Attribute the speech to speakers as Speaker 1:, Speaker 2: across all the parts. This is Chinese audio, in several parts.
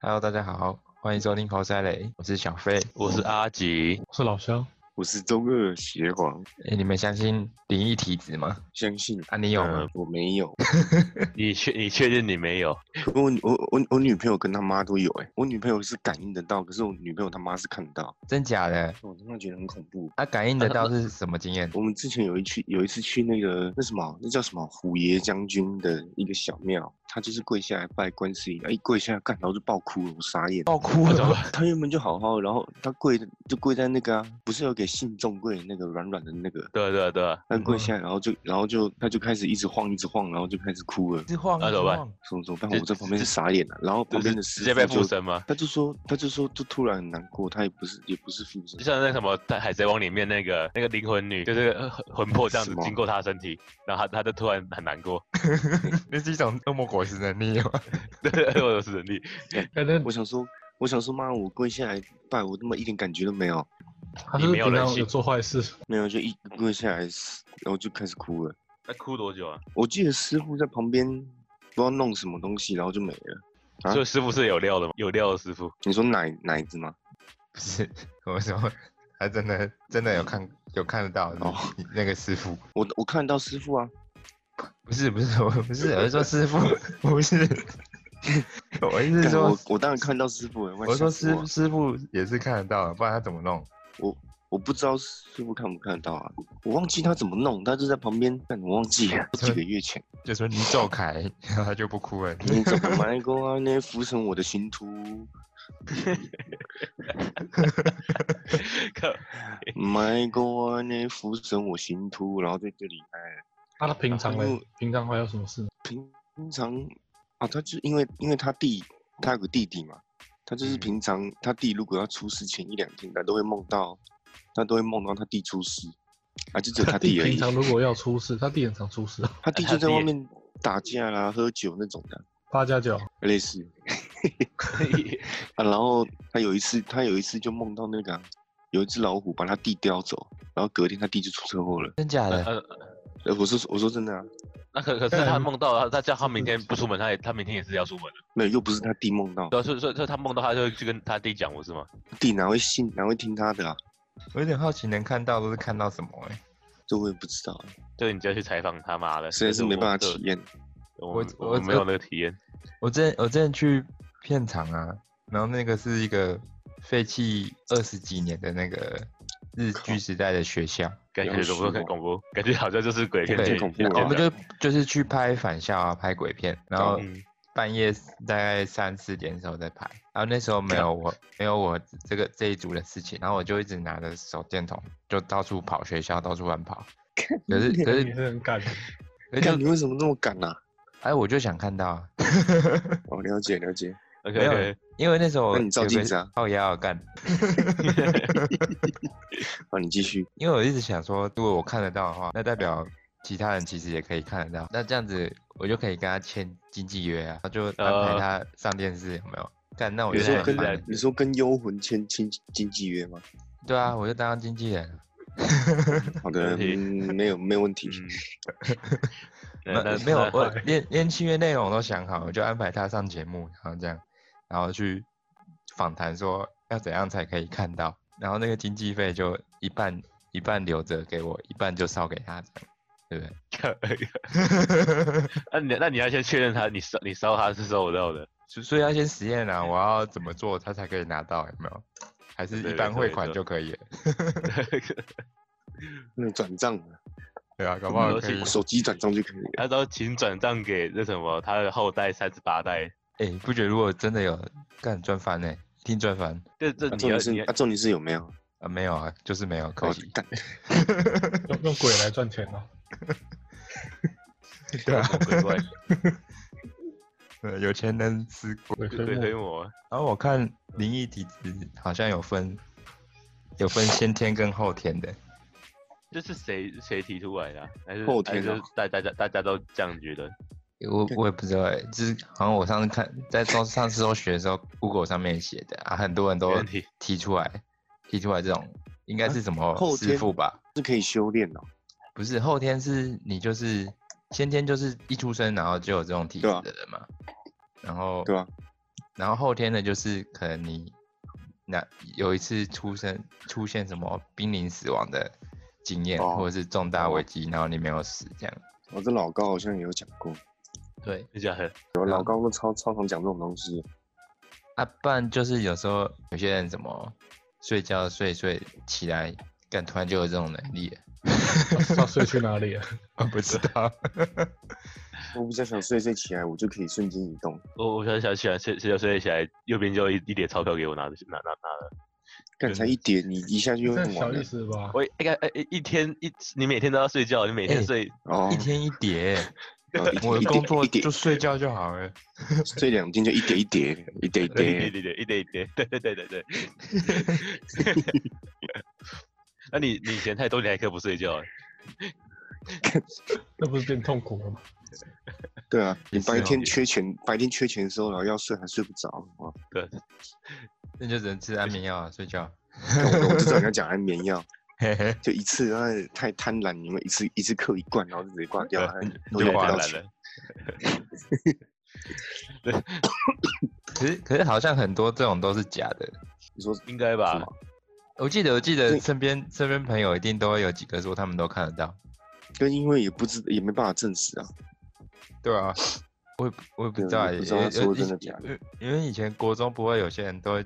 Speaker 1: Hello，大家好，欢迎收听跑赛雷，我是小飞。
Speaker 2: 我是阿 吉，
Speaker 3: 我是老肖，
Speaker 4: 我是中二邪皇，
Speaker 1: 哎，你们相信灵异体质吗？
Speaker 4: 相信
Speaker 1: 啊，你有吗？
Speaker 4: 呃我没有，
Speaker 2: 你确你确定你没有？
Speaker 4: 我我我我女朋友跟她妈都有哎、我女朋友是感应得到，可是我女朋友她妈是看得到，
Speaker 1: 真假的？
Speaker 4: 我他妈觉得很恐怖。
Speaker 1: 啊，感应得到是什么经验？
Speaker 4: 我们之前有一去有一次去那个那什么那叫什么虎爷将军的一个小庙，他就是跪下来拜观世音，哎、一跪下来干，然后就爆哭了，我傻眼。
Speaker 1: 爆哭
Speaker 2: 怎么
Speaker 1: 了！
Speaker 2: 了
Speaker 4: 他原本就好好的，然后他跪就跪在那个啊，不是有给信众跪的那个软软的那个，
Speaker 2: 对啊对对，
Speaker 4: 他
Speaker 1: 嗯
Speaker 4: 跪下来，然后就然后就他就开始一直晃一直晃，然后就开始哭了。
Speaker 1: 是晃
Speaker 2: 那
Speaker 1: 啊，
Speaker 2: 怎么办
Speaker 1: 晃
Speaker 4: 怎么怎么办？
Speaker 2: 这
Speaker 4: 我在旁边
Speaker 2: 这
Speaker 4: 傻眼了、然后旁边的
Speaker 2: 直
Speaker 4: 师
Speaker 2: 接
Speaker 4: 傅
Speaker 2: 被
Speaker 4: 就
Speaker 2: 附身吗？
Speaker 4: 他就说，他就说，就突然很难过，他也不是，也不是附身
Speaker 2: 就，像那什么在《海贼王》里面那个那个灵魂女，就是呃魂魄这样子
Speaker 4: 什么
Speaker 2: 经过他身体，然后他他就突然很难 过，
Speaker 1: 那是一种恶魔果实能力吗？
Speaker 2: 对，我有是能 力，
Speaker 3: 反正
Speaker 4: 我想说，我想说，妈，我跪下来拜，我他妈一点感觉都没有，
Speaker 3: 他是不是平常有做坏事，
Speaker 4: 没有，就一跪下来，嘶然后就开始哭了。
Speaker 2: 那哭多久啊？
Speaker 4: 我记得师傅在旁边不知道弄什么东西，然后就没了。啊
Speaker 2: 所以师傅是有料的吗？有料的师 傅，
Speaker 4: 你说奶奶子吗？
Speaker 1: 不是，我说还真的真的有看有看得到
Speaker 4: 哦
Speaker 1: 那个师傅，
Speaker 4: 我我看得到师傅啊，
Speaker 1: 不是不是我不是，我是说 师傅不是，我意思是
Speaker 4: 干
Speaker 1: 说
Speaker 4: 我，我当然看得到师傅了。
Speaker 1: 我是说
Speaker 4: 吓
Speaker 1: 师
Speaker 4: 死我了
Speaker 1: 师傅也是看得到，不然他怎么弄？
Speaker 4: 我不知道师傅看不看得到啊，我忘记他怎么弄，他就在旁边，但我忘 记了，几个月前。
Speaker 1: 就说你走开， 然后他就不哭了。
Speaker 4: 你怎么埋过啊？那浮成我的刑徒，
Speaker 2: 靠
Speaker 4: 埋过啊？那浮成我刑徒，然后在这里哎，
Speaker 3: 啊他平常
Speaker 4: 因
Speaker 3: 嘞
Speaker 4: 为，
Speaker 3: 平常还有什么事？
Speaker 4: 平常啊，他就是因为因为他弟，他有个弟弟嘛，他就是
Speaker 1: 嗯
Speaker 4: 平常他弟如果要出事前一两天，他都会梦到，他都会梦到他弟出事，啊，就只有他
Speaker 3: 他
Speaker 4: 弟
Speaker 3: 弟
Speaker 4: 而已
Speaker 3: 平，常如果要出事，他弟很常出事，啊
Speaker 4: 他弟
Speaker 2: 他
Speaker 4: 就在
Speaker 2: 弟
Speaker 4: 外
Speaker 2: 也
Speaker 4: 面打架啦、喝酒那种的，
Speaker 3: 八加九，
Speaker 4: 类似 啊。然后他有一次，他有一次就梦到那个啊、有一只老虎把他弟叼走，然后隔天他弟就出车祸了。
Speaker 1: 真假的？
Speaker 2: 呃
Speaker 4: 呃，我说我说真的啊，
Speaker 2: 那可可是他梦到他，他叫他明天不出门，他也他明天也是要出门的。
Speaker 4: 没有，又不是他弟梦到，
Speaker 2: 对啊，所以所以所以他梦到他就会去跟他弟讲，不是吗？
Speaker 4: 弟哪会信，哪会听他的啊？
Speaker 1: 我有点好奇，能看到都是看到什么、欸？
Speaker 4: 这我也不知道啊，
Speaker 2: 对，你就要去采访他妈的，
Speaker 4: 实在是没办法体验。
Speaker 2: 我
Speaker 1: 我
Speaker 2: 我
Speaker 1: 我
Speaker 2: 没有那个体验。
Speaker 1: 我之前我之前去片场啊，然后那个是一个废弃二十几年的那个日剧时代的学校，
Speaker 2: 感
Speaker 4: 比
Speaker 2: 觉
Speaker 4: 较
Speaker 2: 怎么很
Speaker 4: 虚妄
Speaker 2: 恐怖？感觉好像就是鬼片
Speaker 1: 对
Speaker 2: 电影
Speaker 4: 恐怖
Speaker 2: 片
Speaker 4: 啊
Speaker 1: 我
Speaker 2: 段
Speaker 1: 们就就是去拍返校啊，拍鬼片，然后
Speaker 2: 嗯
Speaker 1: 半夜大概三四点的时候在拍，然后那时候没有我没有我这个这一组的事情，然后我就一直拿着手电筒就到处跑学校，到处乱跑。可是可
Speaker 3: 你
Speaker 1: 是
Speaker 3: 是很敢，
Speaker 2: 哎
Speaker 1: 可是
Speaker 4: 看你
Speaker 1: 就
Speaker 4: 为什么那么敢啊？
Speaker 1: 哎，我就想看到啊。
Speaker 4: 哦，了解了解，
Speaker 2: OK
Speaker 1: 没有
Speaker 2: OK，
Speaker 1: 因为那时候
Speaker 4: 那你照
Speaker 1: 有
Speaker 4: 镜
Speaker 1: 个
Speaker 4: 子啊
Speaker 1: 靠腰干，
Speaker 4: 好，你继续。
Speaker 1: 因为我一直想说，如果我看得到的话，那代表其他人其实也可以看得到。那这样子，我就可以跟他签经纪约啊，那就安排
Speaker 2: 呃
Speaker 1: 他上电视，有没有？干，那我
Speaker 4: 你
Speaker 1: 就
Speaker 2: 原
Speaker 1: 很
Speaker 2: 来
Speaker 4: 说跟
Speaker 2: 原来
Speaker 1: 烦。
Speaker 4: 你说跟幽魂签签经纪约吗？
Speaker 1: 对啊，我就当经纪人。
Speaker 4: 好的，
Speaker 2: 没问
Speaker 4: 嗯没有没有问题。
Speaker 2: 嗯
Speaker 1: 没
Speaker 2: 那那
Speaker 1: 没有
Speaker 2: 那，
Speaker 1: 我连连契约内容都想好，我就安排他上节目，然后这样，然后去访谈说要怎样才可以看到，然后那个经济费就一半一半留着给我，一半就烧给他，这样对不对？
Speaker 2: 那你那你要先确认他，你烧你烧他是收得到的，
Speaker 1: 所所以要先实验啊，
Speaker 2: 嗯
Speaker 1: 我要怎么做他才可以拿到，有没有？还是
Speaker 2: 对
Speaker 1: 一
Speaker 2: 对
Speaker 1: 般
Speaker 2: 对
Speaker 1: 汇
Speaker 2: 对
Speaker 1: 款就可以了？
Speaker 4: 那转账啊，
Speaker 1: 对啊，搞不好
Speaker 2: 嗯而
Speaker 1: 可
Speaker 2: 且
Speaker 1: 以。
Speaker 4: 手机转账就可以了。
Speaker 2: 他都请转账给那什么他的后代三十八代，
Speaker 1: 哎、不觉得如果真的有干赚翻呢、一定赚翻
Speaker 2: 这这
Speaker 4: 啊
Speaker 2: 你
Speaker 4: 重
Speaker 2: 要
Speaker 4: 点是
Speaker 2: 你要
Speaker 4: 啊，重点是有没有？
Speaker 1: 啊？没有啊，就是没有，可
Speaker 4: 哦
Speaker 1: 惜。
Speaker 4: 干，
Speaker 3: 用用鬼来赚钱哦。
Speaker 1: 对 啊，
Speaker 2: 鬼怪
Speaker 1: 呃有钱能 吃鬼。
Speaker 3: 鬼
Speaker 2: 鬼
Speaker 3: 推
Speaker 2: 推
Speaker 3: 磨，
Speaker 2: 磨，
Speaker 1: 然后我看灵异体质好像有分，有分先天跟后天的。
Speaker 2: 这是谁谁提出来的啊？还是
Speaker 4: 后
Speaker 2: 还
Speaker 4: 天
Speaker 2: 是
Speaker 4: 啊
Speaker 2: 大大家大家都这样觉得？
Speaker 1: 我我也不知道哎、就是好像我上次看在上上次周学的时候，Google 上面写的啊，很多人都
Speaker 2: 没问题啊
Speaker 1: 提出来，提出来这种应该是什么
Speaker 4: 后
Speaker 1: 师
Speaker 4: 天
Speaker 1: 傅吧？
Speaker 4: 是可以修炼哦。
Speaker 1: 不是后天是你就是先天就是一出生然后就有这种体质
Speaker 4: 对啊
Speaker 1: 的人嘛，然后
Speaker 4: 对啊
Speaker 1: 然后后天的就是可能你那有一次出生出现什么濒临死亡的经验，
Speaker 4: 哦
Speaker 1: 或者是重大危机，然后你没有死这样。
Speaker 4: 我哦这老高好像也有讲过，
Speaker 1: 对，
Speaker 2: 你讲很
Speaker 4: 有老高都超超常讲这种东西，
Speaker 1: 啊，不然就是有时候有些人怎么睡觉睡一睡起来，干突然就有这种能力了，
Speaker 3: 他睡去哪里了？
Speaker 1: 我
Speaker 3: 啊
Speaker 1: 不知
Speaker 4: 啊
Speaker 1: 道。
Speaker 4: 我比较想睡睡起来，我就可以瞬间移动。
Speaker 2: 我我想想起来，谁谁谁起来，右边就一一叠钞票给我拿着去拿拿拿了。
Speaker 4: 干才一点，你一下就 用
Speaker 3: 这样小
Speaker 4: 完
Speaker 3: 意
Speaker 4: 了。
Speaker 3: 思吧？
Speaker 2: 我应该哎一一天一，你每天都要睡觉，你每天
Speaker 1: 哎
Speaker 2: 睡，
Speaker 4: 哦
Speaker 1: 一，天一叠，
Speaker 4: 哦一天
Speaker 1: 我
Speaker 4: 一
Speaker 1: 的
Speaker 4: 叠
Speaker 1: 工作
Speaker 4: 一叠
Speaker 1: 就睡觉就好了。
Speaker 4: 这两天就一点一点，一点
Speaker 2: 对
Speaker 4: 一
Speaker 2: 对对对
Speaker 4: 点。
Speaker 2: 对对对对对对 对。那你你以前太多，你还可以不睡觉欸？
Speaker 3: 那不是变痛苦了吗？
Speaker 4: 对啊，
Speaker 1: 也
Speaker 4: 你
Speaker 1: 是
Speaker 4: 白
Speaker 1: 哦
Speaker 4: 天缺钱，白天缺钱的时候，然后要睡还睡不着啊。
Speaker 2: 对，
Speaker 1: 那就只能吃安眠药啊，睡 觉。
Speaker 4: 干我我就知道你要讲安眠药，
Speaker 1: 嘿嘿，
Speaker 4: 就一次，然后太贪婪，你们一次一次嗑一罐，然后就直接挂掉，然后
Speaker 2: 你
Speaker 4: 永
Speaker 2: 嗯就
Speaker 4: 远不
Speaker 2: 挂
Speaker 4: 到
Speaker 2: 懒
Speaker 4: 钱。
Speaker 2: 了。
Speaker 1: 可是可是好像很多这种都是假的。
Speaker 4: 你说什
Speaker 2: 应该吧？
Speaker 4: 么？
Speaker 1: 我记得我记得
Speaker 4: 对
Speaker 1: 身边身边朋友一定都会有几个说他们都看得到。
Speaker 4: 跟因为也不知也没办法证实啊。
Speaker 1: 对啊，我也不我也不知道欸，
Speaker 4: 对我
Speaker 1: 也
Speaker 4: 也不知道他说
Speaker 1: 也
Speaker 4: 真的假的
Speaker 1: 因为因为以前国中不会有些人都会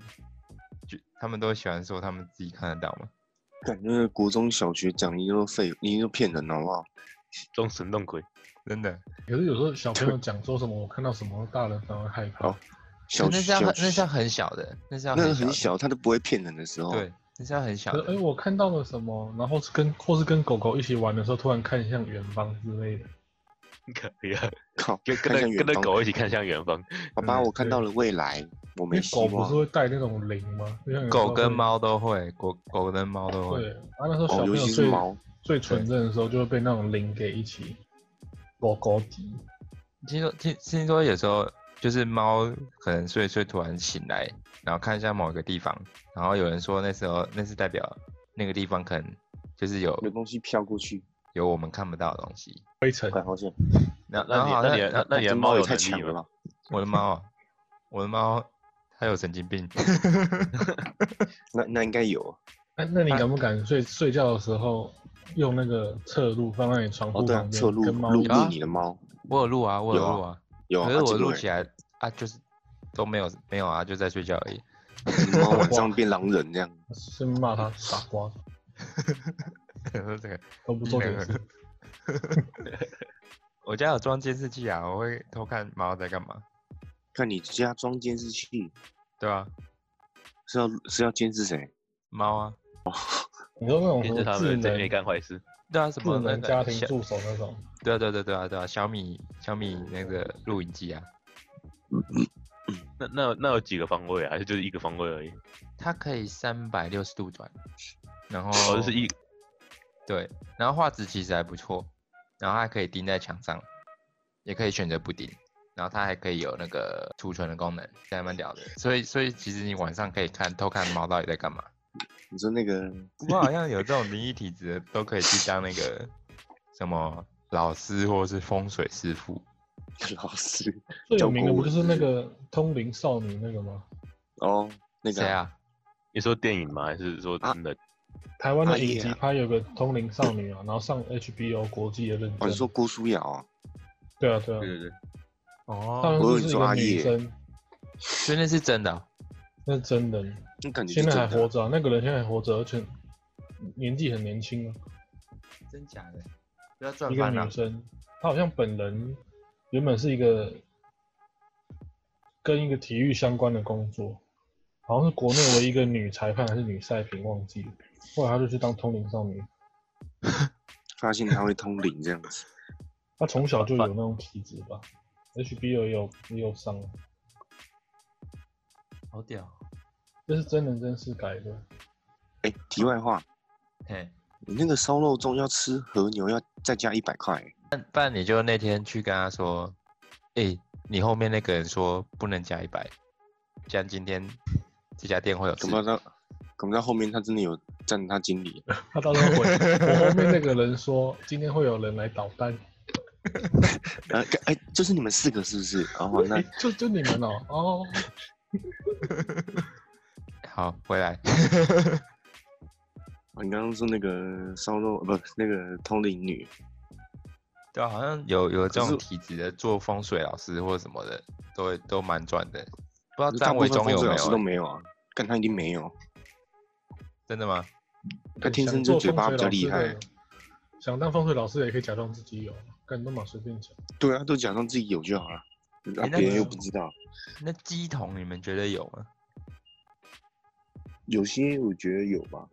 Speaker 1: 就他们都喜欢说他们自己看得到嘛。
Speaker 4: 感觉国中小学讲一都废，你都骗人好不好？
Speaker 2: 装神弄鬼，
Speaker 1: 真的，
Speaker 3: 可是有时候小朋友讲说什么，我看到什么，大人反而害怕
Speaker 4: 哦。小
Speaker 1: 那
Speaker 4: 学
Speaker 1: 是要
Speaker 4: 小
Speaker 1: 很那是
Speaker 4: 学
Speaker 1: 要很小的，那是要
Speaker 4: 那个
Speaker 1: 小
Speaker 4: 很
Speaker 1: 的，
Speaker 4: 小，他都不会骗人的时候。
Speaker 1: 对，那是要很小
Speaker 3: 可是哎、
Speaker 1: 的。
Speaker 3: 我看到了什么，然后是跟或是跟狗狗一起玩的时候，突然看向远方之类的。
Speaker 2: 可以啊，
Speaker 4: 靠，
Speaker 2: 跟
Speaker 4: 看向
Speaker 2: 跟着
Speaker 4: 远
Speaker 2: 跟着
Speaker 4: 方。
Speaker 2: 狗一起看向远方。
Speaker 4: 爸爸，
Speaker 3: 嗯
Speaker 4: 我看到了未来，我
Speaker 3: 因
Speaker 4: 没
Speaker 3: 为
Speaker 4: 希
Speaker 3: 狗不是
Speaker 4: 望。哦
Speaker 3: 会带那种铃吗？就像有时候
Speaker 1: 狗跟
Speaker 3: 会。
Speaker 1: 猫都会，狗狗跟猫都会。
Speaker 3: 对，啊，那时候小朋
Speaker 4: 狗，哦尤
Speaker 3: 友
Speaker 4: 其是
Speaker 3: 最
Speaker 4: 猫，
Speaker 3: 最纯正的时候，就会被那种铃给一起狗狗急。
Speaker 1: 听说听听说有时候就是猫可能睡一睡突然醒来，然后看一下某个地方，然后有人说那时候那是代表那个地方可能就是有
Speaker 4: 有东西飘过去，
Speaker 1: 有我们看不到的东西。
Speaker 3: 灰尘，
Speaker 4: 干好险！
Speaker 1: 然
Speaker 2: 那
Speaker 1: 然后
Speaker 2: 你
Speaker 1: 好
Speaker 2: 那
Speaker 1: 像
Speaker 2: 你那那你
Speaker 4: 这
Speaker 2: 的猫
Speaker 4: 也
Speaker 2: 有
Speaker 4: 太
Speaker 2: 能力
Speaker 4: 强了
Speaker 2: 吗？
Speaker 4: 吧？
Speaker 1: 我的猫啊，我的猫它有神经病，
Speaker 4: 那那应该有。啊
Speaker 3: 那那你敢不敢睡睡觉的时候用那个侧录放在你床
Speaker 4: 哦，
Speaker 3: 铺
Speaker 4: 对啊
Speaker 3: 旁，边，
Speaker 4: 侧录
Speaker 3: 跟猫
Speaker 4: 录
Speaker 3: 一起
Speaker 1: 啊
Speaker 4: 录你的猫，
Speaker 1: 我有录啊，我有
Speaker 4: 有啊
Speaker 1: 录啊，
Speaker 4: 有啊，
Speaker 1: 可是
Speaker 4: 啊
Speaker 1: 我
Speaker 4: 这个
Speaker 1: 录
Speaker 4: 人
Speaker 1: 起来啊就是都没有没有啊，就在睡觉而已。
Speaker 4: 你猫晚上变狼人这样，
Speaker 3: 先骂他傻瓜，
Speaker 1: 说这个
Speaker 3: 都不做解
Speaker 4: 嗯
Speaker 3: 释。
Speaker 1: 我家有装监视器啊，我会偷看猫在干嘛，
Speaker 4: 看你家装监视器
Speaker 1: 对啊，
Speaker 4: 是要是要监视谁？
Speaker 1: 猫啊，
Speaker 3: 你说那种什
Speaker 2: 监视
Speaker 3: 么
Speaker 2: 他
Speaker 3: 哦智
Speaker 2: 们在里面
Speaker 3: 能
Speaker 2: 干坏事，
Speaker 1: 对啊，什么
Speaker 3: 智
Speaker 1: 那
Speaker 3: 能
Speaker 1: 个
Speaker 3: 家庭
Speaker 1: 小
Speaker 3: 助手那种，
Speaker 1: 对啊对啊对啊对啊对啊，小米小米那个录影机啊，
Speaker 2: 那那那有几个方位啊？还是就是一个方位而已？
Speaker 1: 它可以三百六十度转，然后
Speaker 2: 哦，就是一
Speaker 1: 对，然后画质其实还不错，然后它还可以钉在墙上，也可以选择不钉，然后它还可以有那个储存的功能，这还蛮屌的。所以，所以其实你晚上可以看偷看猫到底在干嘛。
Speaker 4: 你说那个
Speaker 1: 我好像有这种灵异体质的，都可以去当那个什么老师或是风水师傅。
Speaker 4: 老师
Speaker 3: 最有
Speaker 4: 叫
Speaker 3: 名的
Speaker 4: 国
Speaker 3: 不
Speaker 4: 文
Speaker 3: 就是
Speaker 4: 是
Speaker 3: 那
Speaker 4: 不是
Speaker 3: 个通灵少女那个吗？
Speaker 4: 哦，那
Speaker 1: 谁
Speaker 4: 个
Speaker 1: 啊？
Speaker 2: 你说电影吗？还是说真的？
Speaker 3: 台湾的
Speaker 4: 阿
Speaker 3: 影
Speaker 4: 姨
Speaker 3: 集
Speaker 4: 啊
Speaker 3: 拍有个通灵少女啊，然后上 HBO 国际的认
Speaker 4: 哦，你说
Speaker 3: 证。
Speaker 4: 郭书瑶啊？
Speaker 3: 对啊对啊，
Speaker 2: 对，
Speaker 3: 当
Speaker 1: 哦，
Speaker 3: 然
Speaker 4: 我以为
Speaker 3: 是
Speaker 4: 你
Speaker 3: 一
Speaker 4: 说
Speaker 3: 个
Speaker 4: 阿
Speaker 3: 女
Speaker 4: 叶
Speaker 3: 生，
Speaker 1: 所以那是真的哦、
Speaker 3: 那是真人，
Speaker 4: 那感觉
Speaker 3: 现
Speaker 4: 是
Speaker 3: 在还
Speaker 4: 真
Speaker 3: 活
Speaker 4: 的。
Speaker 3: 着啊，那个人现在还活着，而且年纪很年轻啊。
Speaker 1: 真假的？不要转
Speaker 3: 一个
Speaker 1: 翻了
Speaker 4: 啊
Speaker 3: 女。生，她好像本人原本是一个跟一个体育相关的工作，好像是国内唯一一个女裁判还是女赛评，忘记了。后来她就去当通灵少女，
Speaker 4: 发现他会通灵这样子，
Speaker 3: 她从小就有那种体质吧。HBO 也有也有上，
Speaker 1: 好屌。哦
Speaker 3: 这是真人真事改的。
Speaker 4: 哎、题外话，
Speaker 1: 嘿，
Speaker 4: 你那个烧肉粽要吃和牛要再加一百块欸，
Speaker 1: 不然你就那天去跟他说，哎、你后面那个人说不能加一百，这样今天这家店会有
Speaker 4: 搞
Speaker 1: 事
Speaker 4: 不。好到，搞不到后面他真的有占他经理，啊
Speaker 3: 她到时候回我后面那个人说，今天会有人来捣蛋，
Speaker 4: 呃，哎、就是你们四个是不是？哦，那
Speaker 3: 诶就就你们哦哦，
Speaker 1: 好，回来。
Speaker 4: 你刚刚说那个烧肉，呃不，那个通灵女，
Speaker 1: 对啊，好像有有这
Speaker 4: 可是
Speaker 1: 种体质的，做风水老师或者什么的，都会都蛮赚的。不知道
Speaker 4: 可是大
Speaker 1: 张
Speaker 4: 部
Speaker 1: 伟
Speaker 4: 分
Speaker 1: 忠
Speaker 4: 风
Speaker 1: 有
Speaker 4: 水
Speaker 1: 没
Speaker 4: 老师都
Speaker 1: 有？欸
Speaker 4: 没有啊，但他一定没有。
Speaker 1: 真的吗？
Speaker 4: 他天生
Speaker 3: 想
Speaker 4: 就
Speaker 3: 做
Speaker 4: 嘴巴比
Speaker 3: 风
Speaker 4: 较
Speaker 3: 水
Speaker 4: 厉
Speaker 3: 老师
Speaker 4: 害
Speaker 3: 的。想当风水老师也可以假装自己有，啊干都嘛随便讲。
Speaker 4: 对啊，都假装自己有就好了，那
Speaker 1: 哎那
Speaker 4: 别
Speaker 1: 你
Speaker 4: 人又不知道。
Speaker 1: 那鸡童你们觉得有吗？
Speaker 4: 有些我觉得有吧，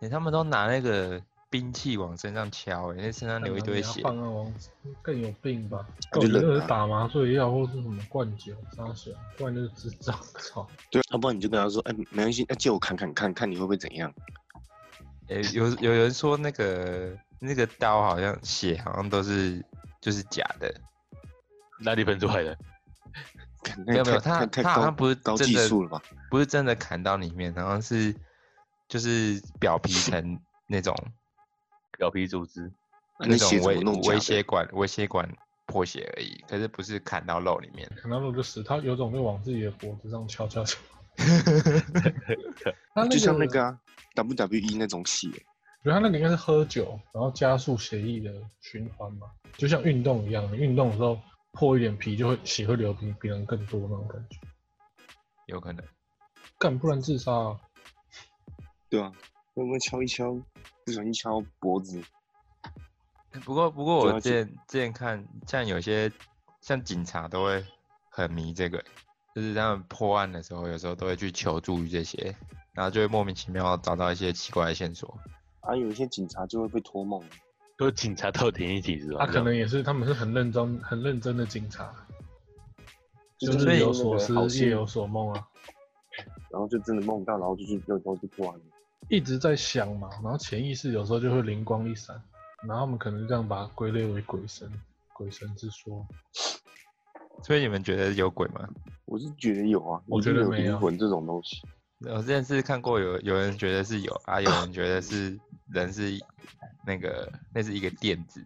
Speaker 1: 欸、他们都拿那个兵器往身上敲、欸，那身上
Speaker 3: 干
Speaker 1: 流一
Speaker 3: 嘛
Speaker 1: 堆
Speaker 3: 你要
Speaker 1: 血。
Speaker 3: 放啊王子更有病吧？
Speaker 4: 那
Speaker 3: 我
Speaker 4: 就
Speaker 3: 觉
Speaker 4: 冷
Speaker 3: 得
Speaker 4: 啊
Speaker 3: 是打麻醉药或是什么灌酒、杀血，不然就是智障。操！
Speaker 4: 对啊，要、不然你就跟他说，哎、没关系，那、借我砍砍看看你会不会怎样？
Speaker 1: 诶、有有人说那个那个刀好像血好像都是就是假的，
Speaker 2: 哪里喷出来的？
Speaker 4: 看
Speaker 1: 没
Speaker 4: 那也
Speaker 1: 有没有，
Speaker 4: 太
Speaker 1: 他
Speaker 4: 太太
Speaker 1: 他好
Speaker 4: 高
Speaker 1: 像不是
Speaker 4: 高
Speaker 1: 真
Speaker 4: 技
Speaker 1: 的
Speaker 4: 术了吧？
Speaker 1: 不是真的砍到里面，然后是就是表皮层那种
Speaker 2: 表皮组织，
Speaker 4: 啊
Speaker 1: 那
Speaker 4: 那
Speaker 1: 种
Speaker 4: 血怎
Speaker 1: 微
Speaker 4: 么弄假
Speaker 1: 微
Speaker 4: 的
Speaker 1: 血？管微血管破血而已，可是不是砍到肉里面。
Speaker 3: 砍到肉就死，他有种就往自己的脖子上敲敲 敲。他那个
Speaker 4: 就像那个啊，WWE 那种血，
Speaker 3: 觉得他那个应该是喝酒，然后加速血液的循环嘛，就像运动一样，你运动的时候破一点皮就会血会流比别人更多那种感觉，
Speaker 1: 有可能。
Speaker 3: 干不然自杀、啊。
Speaker 4: 对啊，会不会敲一敲，不小心敲脖子？
Speaker 1: 不过不过
Speaker 4: 对
Speaker 1: 我
Speaker 4: 啊
Speaker 1: 之
Speaker 4: 就
Speaker 1: 前之前看，像有些像警察都会很迷这个，就是他们破案的时候，有时候都会去求助于这些，然后就会莫名其妙找到一些奇怪的线索。
Speaker 4: 啊，有一些警察就会被托梦，
Speaker 2: 都是警察到点一体是吧？
Speaker 1: 啊
Speaker 3: 他、啊可能也是，他们是很认真、很认真的警察，
Speaker 4: 就
Speaker 3: 就是
Speaker 1: 嗯所以
Speaker 3: 有所思
Speaker 4: 好，
Speaker 3: 夜
Speaker 4: 心，
Speaker 3: 有所梦啊，
Speaker 4: 然后就真的梦到，然后就去就就去破案了。
Speaker 3: 一直在想嘛，然后潜意识有时候就会灵光一闪，然后他们可能就这样把它归类为鬼神、鬼神之说。
Speaker 1: 所以你们觉得有鬼吗？
Speaker 4: 我是觉得有啊，
Speaker 3: 我
Speaker 4: 一定
Speaker 3: 觉得
Speaker 4: 有
Speaker 3: 没有
Speaker 4: 灵魂这种东西。
Speaker 1: 我之前是看过有有人觉得是有啊，有人觉得是人是那个那是一个电子，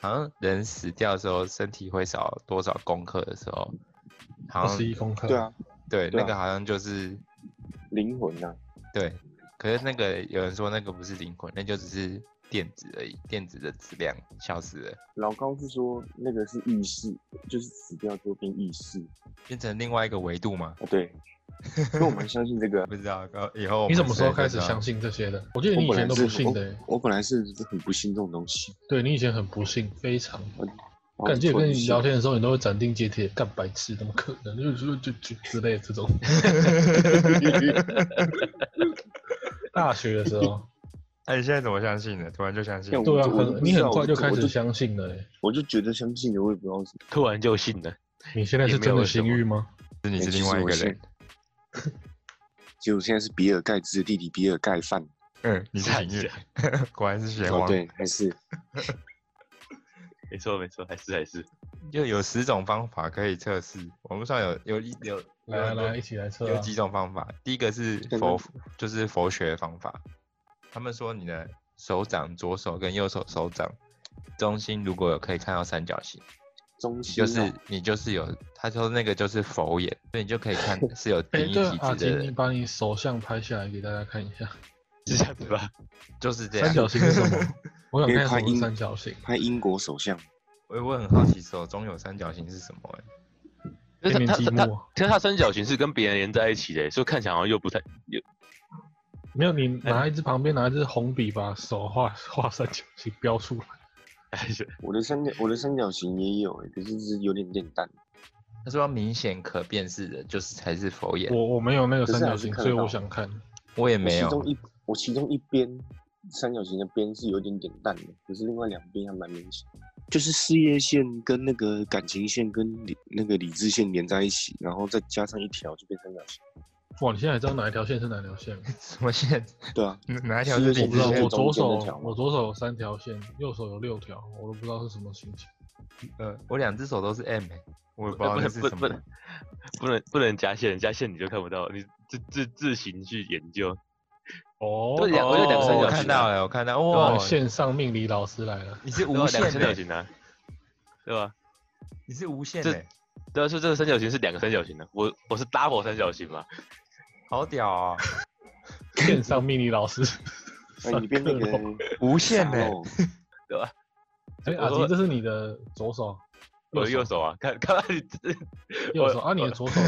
Speaker 1: 好像人死掉的时候身体会少多少功课的时候，好
Speaker 3: 二
Speaker 1: 像
Speaker 3: 十一功课，
Speaker 4: 对啊，，
Speaker 1: 对
Speaker 4: 对
Speaker 1: 那
Speaker 4: 啊
Speaker 1: 个好像就是
Speaker 4: 灵魂啊，
Speaker 1: 对，可是那个有人说那个不是灵魂，那就只是电子而已，电子的质量消失了，
Speaker 4: 老高是说那个是意识，就是死掉之后变意识
Speaker 1: 变成另外一个维度嘛？
Speaker 4: 啊。 对，因为我蛮相信这个啊。
Speaker 1: 不知道，呃以后我
Speaker 3: 你
Speaker 1: 们
Speaker 3: 什么时候
Speaker 1: 谁
Speaker 3: 开
Speaker 1: 就
Speaker 3: 始
Speaker 1: 知道
Speaker 3: 相信这些的？我记得
Speaker 4: 我
Speaker 3: 你以
Speaker 4: 本
Speaker 3: 前
Speaker 4: 来
Speaker 3: 都
Speaker 4: 是
Speaker 3: 不信的、欸，
Speaker 4: 我，我本来是很不信这种东西。
Speaker 3: 对你以前很不信，非常。
Speaker 4: 然后
Speaker 3: 感觉
Speaker 4: 突然
Speaker 3: 跟你
Speaker 4: 就哦信
Speaker 3: 聊天的时候，你都会斩钉截铁，干白痴，怎么可能？就就就就之类的这种。 大学的时候，
Speaker 1: 哎、你现在怎么相信的？突然就相信
Speaker 4: 像
Speaker 1: 了？
Speaker 3: 对啊，
Speaker 4: 我就我
Speaker 3: 很
Speaker 4: 就
Speaker 3: 你
Speaker 4: 知
Speaker 3: 很
Speaker 4: 道
Speaker 3: 快
Speaker 4: 我
Speaker 3: 就
Speaker 4: 就
Speaker 3: 开
Speaker 4: 我
Speaker 3: 始
Speaker 4: 就
Speaker 3: 相信了欸、
Speaker 4: 我就觉得相信的，我也不知道为什么。
Speaker 2: 突然就信了，
Speaker 3: 你现在是真的心欲吗？
Speaker 1: 是你
Speaker 4: 哎
Speaker 1: 是
Speaker 4: 其
Speaker 1: 另
Speaker 4: 实
Speaker 1: 外一
Speaker 4: 我
Speaker 1: 个
Speaker 4: 信
Speaker 1: 人，
Speaker 4: 结果现在是比尔盖茨的弟弟比尔盖范。
Speaker 1: 嗯， 你是
Speaker 2: 看一
Speaker 1: 幸
Speaker 2: 下
Speaker 1: 运，果然是玄
Speaker 4: 哦，
Speaker 1: 王。
Speaker 4: 对，还是
Speaker 2: 没错没错，还是还是
Speaker 1: 就有十种方法可以测试，网络上有有一有
Speaker 3: 来啊来啊，一起来测
Speaker 1: 有
Speaker 3: 啊！
Speaker 1: 几种方法，第一个是
Speaker 4: 对
Speaker 1: 佛
Speaker 4: 那，
Speaker 1: 就是佛学方法。他们说你的手掌，左手跟右手手掌中心如果有可以看到三角形，
Speaker 4: 中
Speaker 1: 你就
Speaker 4: 心啊
Speaker 1: 是你就是有，他说那个就是佛眼，所以你就可以看是有
Speaker 3: 哎、
Speaker 1: 灵异
Speaker 3: 对
Speaker 1: 体
Speaker 3: 啊，阿
Speaker 1: 质的
Speaker 3: 金，你
Speaker 1: 人，
Speaker 3: 把你手相拍下来给大家看一下。
Speaker 2: 是这样子吧？
Speaker 1: 就是这
Speaker 3: 三角
Speaker 1: 样。
Speaker 3: 形是什么？我想看
Speaker 4: 啊因为快
Speaker 3: 什么是
Speaker 4: 阴
Speaker 3: 三角形。
Speaker 4: 拍英国首相，
Speaker 1: 我我很好奇手中有三角形是什么、欸？
Speaker 2: 可
Speaker 3: 天
Speaker 2: 是
Speaker 3: 面
Speaker 2: 它
Speaker 3: 积
Speaker 2: 它它，
Speaker 3: 木
Speaker 2: 可是它三角形是跟别人连在一起的，所以看起来好像又不太又
Speaker 3: 没有，你拿一支旁边拿一支红笔把手画画三角形标出来。
Speaker 2: 还是
Speaker 4: 我的三角我的三角形也有哎、可是是有点点淡，
Speaker 1: 他说要明显可辨识的，就是才是佛眼。
Speaker 3: 我我没有那个
Speaker 4: 哎可是
Speaker 3: 三角
Speaker 4: 还是
Speaker 3: 形，
Speaker 4: 看
Speaker 3: 所以
Speaker 4: 得
Speaker 3: 我
Speaker 4: 到
Speaker 3: 想看。
Speaker 1: 我也
Speaker 4: 我
Speaker 1: 没
Speaker 4: 其
Speaker 1: 有，
Speaker 4: 中一我其中一边三角形的边是有点点淡的，可是另外两边还蛮明显，就是事业线跟那个感情线跟理那个理智线连在一起，然后再加上一条就变三角形。
Speaker 3: 哇，你现在还知道哪一条线是哪条线吗？
Speaker 1: 什么线，
Speaker 4: 对啊，
Speaker 1: 哪一条
Speaker 4: 是
Speaker 1: 是
Speaker 3: 我
Speaker 1: 领
Speaker 3: 不知道，
Speaker 1: 子
Speaker 4: 你是
Speaker 1: 线
Speaker 3: 我左
Speaker 4: 中间
Speaker 3: 手
Speaker 4: 那条吗。
Speaker 3: 我左手有三条线，右手有六条，我都不知道是什么心情。
Speaker 1: 呃，我两只手都是 M，、欸、我也不知
Speaker 2: 呃
Speaker 1: 道
Speaker 2: 不
Speaker 1: 那
Speaker 2: 能
Speaker 1: 是
Speaker 2: 不
Speaker 1: 什
Speaker 2: 不
Speaker 1: 么。
Speaker 2: 能不能不能加线，加线你就看不到，你自自自行去研究。
Speaker 3: 哦
Speaker 2: 对两我有两个三
Speaker 1: 哦我
Speaker 2: 角
Speaker 1: 看
Speaker 2: 形
Speaker 1: 到
Speaker 2: 啊
Speaker 1: 了，我看到，
Speaker 3: 哇，
Speaker 1: 哇，
Speaker 3: 线上命理老师来了，
Speaker 1: 你是
Speaker 2: 对吧啊
Speaker 1: 无
Speaker 2: 两
Speaker 1: 限
Speaker 2: 个三角
Speaker 1: 的，
Speaker 2: 形啊，对吧？
Speaker 1: 你是无限
Speaker 2: 这
Speaker 1: 的，欸
Speaker 2: 对啊，所以这个三角形是两个三角形的，我我是 double 三角形嘛，
Speaker 1: 好屌啊、
Speaker 3: 线上命理老师
Speaker 4: 哎，你变那 个
Speaker 3: 上课咯
Speaker 1: 无限呢、
Speaker 4: 欸，
Speaker 2: 对吧？
Speaker 3: 哎，
Speaker 2: 我
Speaker 3: 阿
Speaker 2: 说
Speaker 3: 迪，这是你的左手，
Speaker 2: 我的右手啊，看看看你 这
Speaker 3: 右
Speaker 2: 我
Speaker 3: 手啊，你的左手，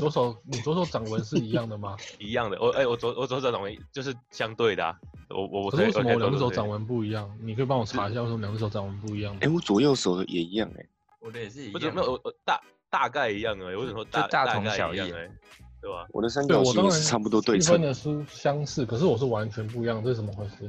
Speaker 3: 左手，你左手掌纹是一样的 吗？
Speaker 2: 一样的，我哎、我左我左手掌纹就是相对的、啊，我我我
Speaker 3: 可是为什
Speaker 2: 我
Speaker 3: 么我
Speaker 2: 左
Speaker 3: 两只手
Speaker 2: 对
Speaker 3: 掌纹不一样？你可以帮我查一下为什么两只手掌纹不一样吗
Speaker 4: 哎，？我左右手也一样哎、
Speaker 1: 我的也是一啊
Speaker 2: 不是没有我我大大概一样而已，我只能说大
Speaker 1: 就大
Speaker 2: 大
Speaker 1: 同
Speaker 2: 概
Speaker 1: 小
Speaker 2: 一样
Speaker 1: 异
Speaker 2: 而已，对吧？
Speaker 4: 我的三
Speaker 3: 对，
Speaker 4: 角
Speaker 3: 我
Speaker 4: 形
Speaker 3: 当
Speaker 4: 也
Speaker 3: 然
Speaker 4: 是差不多对
Speaker 3: 一
Speaker 4: 称
Speaker 3: 分，的书相似，可是我是完全不一样，这是怎么回事？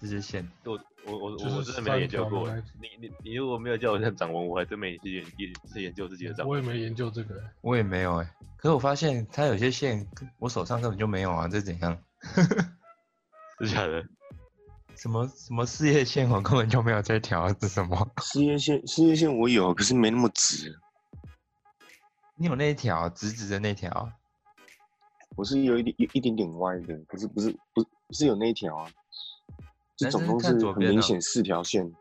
Speaker 1: 这些线，
Speaker 2: 我我我
Speaker 3: 就是
Speaker 2: 我真的没研究
Speaker 3: 三角
Speaker 2: 过
Speaker 3: 的那，
Speaker 2: 你你你如果没有叫我看掌纹，我还真没去研研去研究自己的掌纹。
Speaker 3: 我也没研究这个、欸
Speaker 1: 我也没有哎、可是我发现它有些线我手上根本就没有啊，这怎样？
Speaker 2: 是假的？
Speaker 1: 什么什么事业线我根本就没有在调，是什么？
Speaker 4: 事业线事业线我有，可是没那么直。
Speaker 1: 你有那一条直直的那条，
Speaker 4: 我是有一点一一点点歪的，可是不是不是是有那一条啊，这
Speaker 1: 男
Speaker 4: 总
Speaker 1: 生
Speaker 4: 共
Speaker 1: 看
Speaker 4: 是
Speaker 1: 左
Speaker 4: 很
Speaker 1: 边
Speaker 4: 明
Speaker 1: 啊
Speaker 4: 显四条线，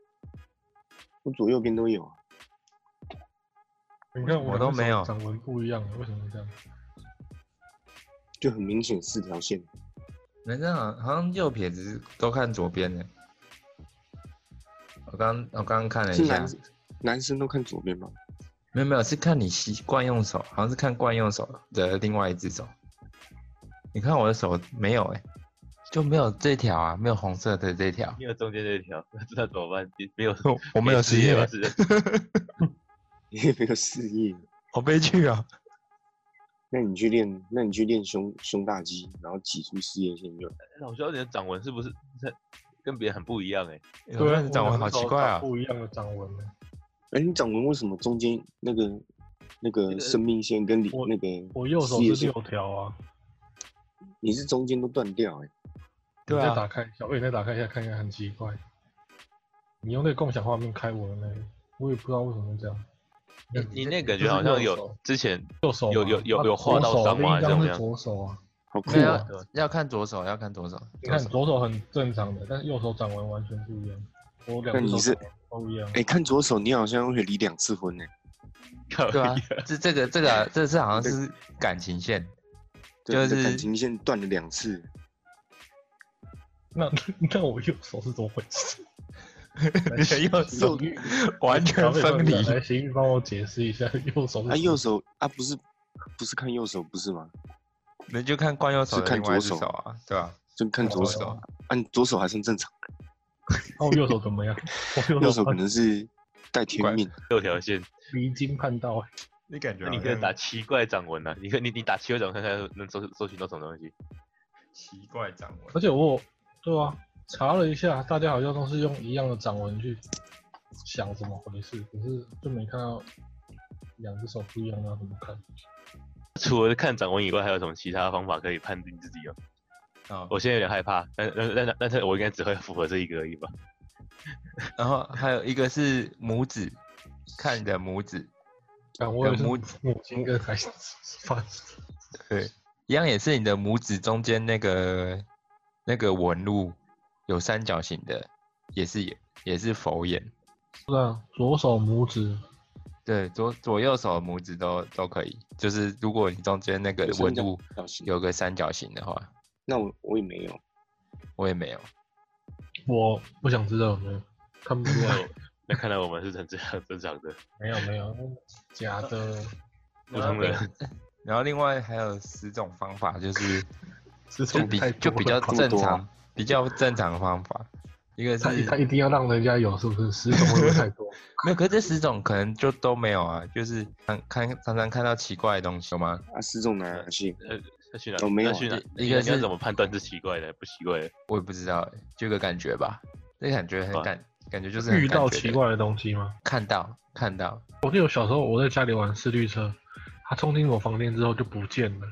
Speaker 4: 我左右边都有啊。
Speaker 3: 你看
Speaker 1: 我都
Speaker 3: 两只
Speaker 1: 没
Speaker 3: 手
Speaker 1: 有
Speaker 3: 掌纹不一样，为什么会这样？
Speaker 4: 就很明显四条线。
Speaker 1: 男生好像好像右撇子都看左边的、我刚我刚刚看了
Speaker 4: 是
Speaker 1: 一下
Speaker 4: 男，男生都看左边吗？
Speaker 1: 没有没有，是看你习惯用手，好像是看惯用手的另外一只手。你看我的手没有哎、就没有这条啊，没有红色的这条。
Speaker 2: 没有中间这条， 那那怎么办？你没有
Speaker 1: 我我没有欸
Speaker 2: 事
Speaker 1: 失业
Speaker 2: 吗
Speaker 1: 了，
Speaker 2: 是
Speaker 4: 你也没有事业，
Speaker 1: 好悲剧啊！
Speaker 4: 那你去练，那你去练胸胸大肌，然后挤出事业线就来。
Speaker 2: 哎老肖，你的掌纹是不是是跟别人很不一样哎、
Speaker 1: 对啊，掌纹好奇怪啊！
Speaker 3: 不一样的掌纹呢？
Speaker 4: 哎、你掌纹为什么中间那个那
Speaker 2: 那
Speaker 4: 个
Speaker 2: 个
Speaker 1: 呃
Speaker 4: 生命线跟你
Speaker 3: 我
Speaker 4: 那个
Speaker 3: 我右手
Speaker 4: 事业
Speaker 3: 是
Speaker 4: 线
Speaker 3: 六条啊，
Speaker 4: 你是中间都断掉哎、
Speaker 1: 对啊
Speaker 3: 你再打开一下，我也再打开一下，看一下，很奇怪。你用那个共享画面开我的那个，我也不知道为什么会这样。
Speaker 1: 嗯
Speaker 2: 你你那感
Speaker 3: 就
Speaker 2: 觉
Speaker 3: 是
Speaker 2: 好像
Speaker 3: 右
Speaker 2: 有
Speaker 3: 手
Speaker 2: 之前
Speaker 3: 右手
Speaker 2: 有
Speaker 3: 嘛
Speaker 2: 有有
Speaker 3: 啊
Speaker 2: 有画到
Speaker 3: 左手
Speaker 2: 伤吗？还
Speaker 3: 另一
Speaker 2: 是怎
Speaker 3: 张
Speaker 2: 么
Speaker 3: 是
Speaker 2: 样？
Speaker 3: 左手啊，
Speaker 4: 好酷
Speaker 1: 对
Speaker 4: 啊
Speaker 1: 啊！
Speaker 2: 对啊，
Speaker 1: 要看左手，要看左手。
Speaker 3: 你看
Speaker 1: 左手
Speaker 3: 左手很正常的，但是右手掌纹完全不一样。我两
Speaker 4: 那你
Speaker 3: 只
Speaker 4: 是
Speaker 3: 手掌纹都不一样。
Speaker 4: 哎、看左手，你好像会离两次婚哎、
Speaker 2: 靠
Speaker 1: 对啊
Speaker 2: 呀，
Speaker 1: 这这个这个这是好像是感情线，
Speaker 4: 对
Speaker 1: 就
Speaker 4: 你的
Speaker 1: 是
Speaker 4: 感情线断了两次，
Speaker 3: 那那我右手是怎么回 事？
Speaker 1: 你 的右手
Speaker 3: 玉
Speaker 1: 完全分离。
Speaker 3: 来，邢玉帮我解释一下右手是什
Speaker 1: 嗯
Speaker 3: 么。
Speaker 4: 啊右手啊不是不是看右手不是吗？
Speaker 1: 那就看惯右手
Speaker 4: 是
Speaker 1: 的
Speaker 4: 看
Speaker 1: 另外一只
Speaker 4: 左手
Speaker 1: 手啊，对吧？
Speaker 4: 就看左手，
Speaker 1: 哦手
Speaker 4: 按、你左手还算正常，
Speaker 3: 那哦我右手怎么样？我
Speaker 4: 右
Speaker 3: 右
Speaker 4: 手可
Speaker 3: 判
Speaker 4: 能是带天
Speaker 1: 怪
Speaker 4: 命，
Speaker 2: 六条线，
Speaker 3: 离经叛道欸，
Speaker 1: 你感觉
Speaker 2: 那你
Speaker 1: 好
Speaker 2: 可以
Speaker 1: 像
Speaker 2: 打奇怪掌纹啊！你可以你你打奇怪掌纹看看能搜搜寻到什么东西？
Speaker 1: 奇怪掌
Speaker 3: 而且我有对啊，查了一下，大家好像都是用一样的掌纹去想怎么回事，可是就没看到两只手不一样，那怎么看？
Speaker 2: 除了看掌纹以外，还有什么其他方法可以判定自己哦？
Speaker 1: 纹啊。
Speaker 2: 我现在有点害怕，但但但但是我应该只会符合这一个而已吧？
Speaker 1: 然后还有一个是拇指，看你的拇指，
Speaker 3: 但我也是
Speaker 1: 母
Speaker 3: 母亲跟孩子发
Speaker 1: 对，一样也是你的拇指中间那个那个纹路有三角形的，也是也也是佛眼。
Speaker 3: 不知道左手拇指
Speaker 1: 对，左左右手拇指都都可以，就是如果你中间那个
Speaker 4: 有三
Speaker 1: 纹
Speaker 4: 角
Speaker 1: 路
Speaker 4: 小心
Speaker 1: 有个三角形的话，
Speaker 4: 那我我也没有，
Speaker 1: 我也没有。
Speaker 3: 我不想知道有没有，看不出 来
Speaker 2: 那看来我们是很正常正常的
Speaker 3: 没有没有，假的，
Speaker 2: 普通人。
Speaker 1: 然后另外还有十种方法，就是
Speaker 3: 是
Speaker 1: 就比就比较
Speaker 4: 这么
Speaker 1: 正
Speaker 4: 多啊
Speaker 1: 常、比较正常的方法。一个是
Speaker 3: 他他一定要让人家有，是不是？十种会不会太多？
Speaker 1: 没有，可是这十种可能就都没有啊，就是看看常常看到奇怪的东西有吗？
Speaker 4: 啊是中
Speaker 1: 嗯
Speaker 4: 哪些？
Speaker 2: 呃，那去哪？
Speaker 4: 哦没有
Speaker 2: 那去哪
Speaker 1: 一？
Speaker 2: 你
Speaker 1: 一个是
Speaker 2: 你要怎么判断是奇怪的不奇怪的？
Speaker 1: 我也不知道、欸，就有个感觉吧，这个感觉很
Speaker 2: 啊
Speaker 1: 感、感觉就是很
Speaker 3: 遇到
Speaker 1: 感觉
Speaker 3: 奇
Speaker 1: 的，
Speaker 3: 怪的东西吗？
Speaker 1: 看到看到，
Speaker 3: 我记得我小时候我在家里玩四驱车，它冲进我房间之后就不见了，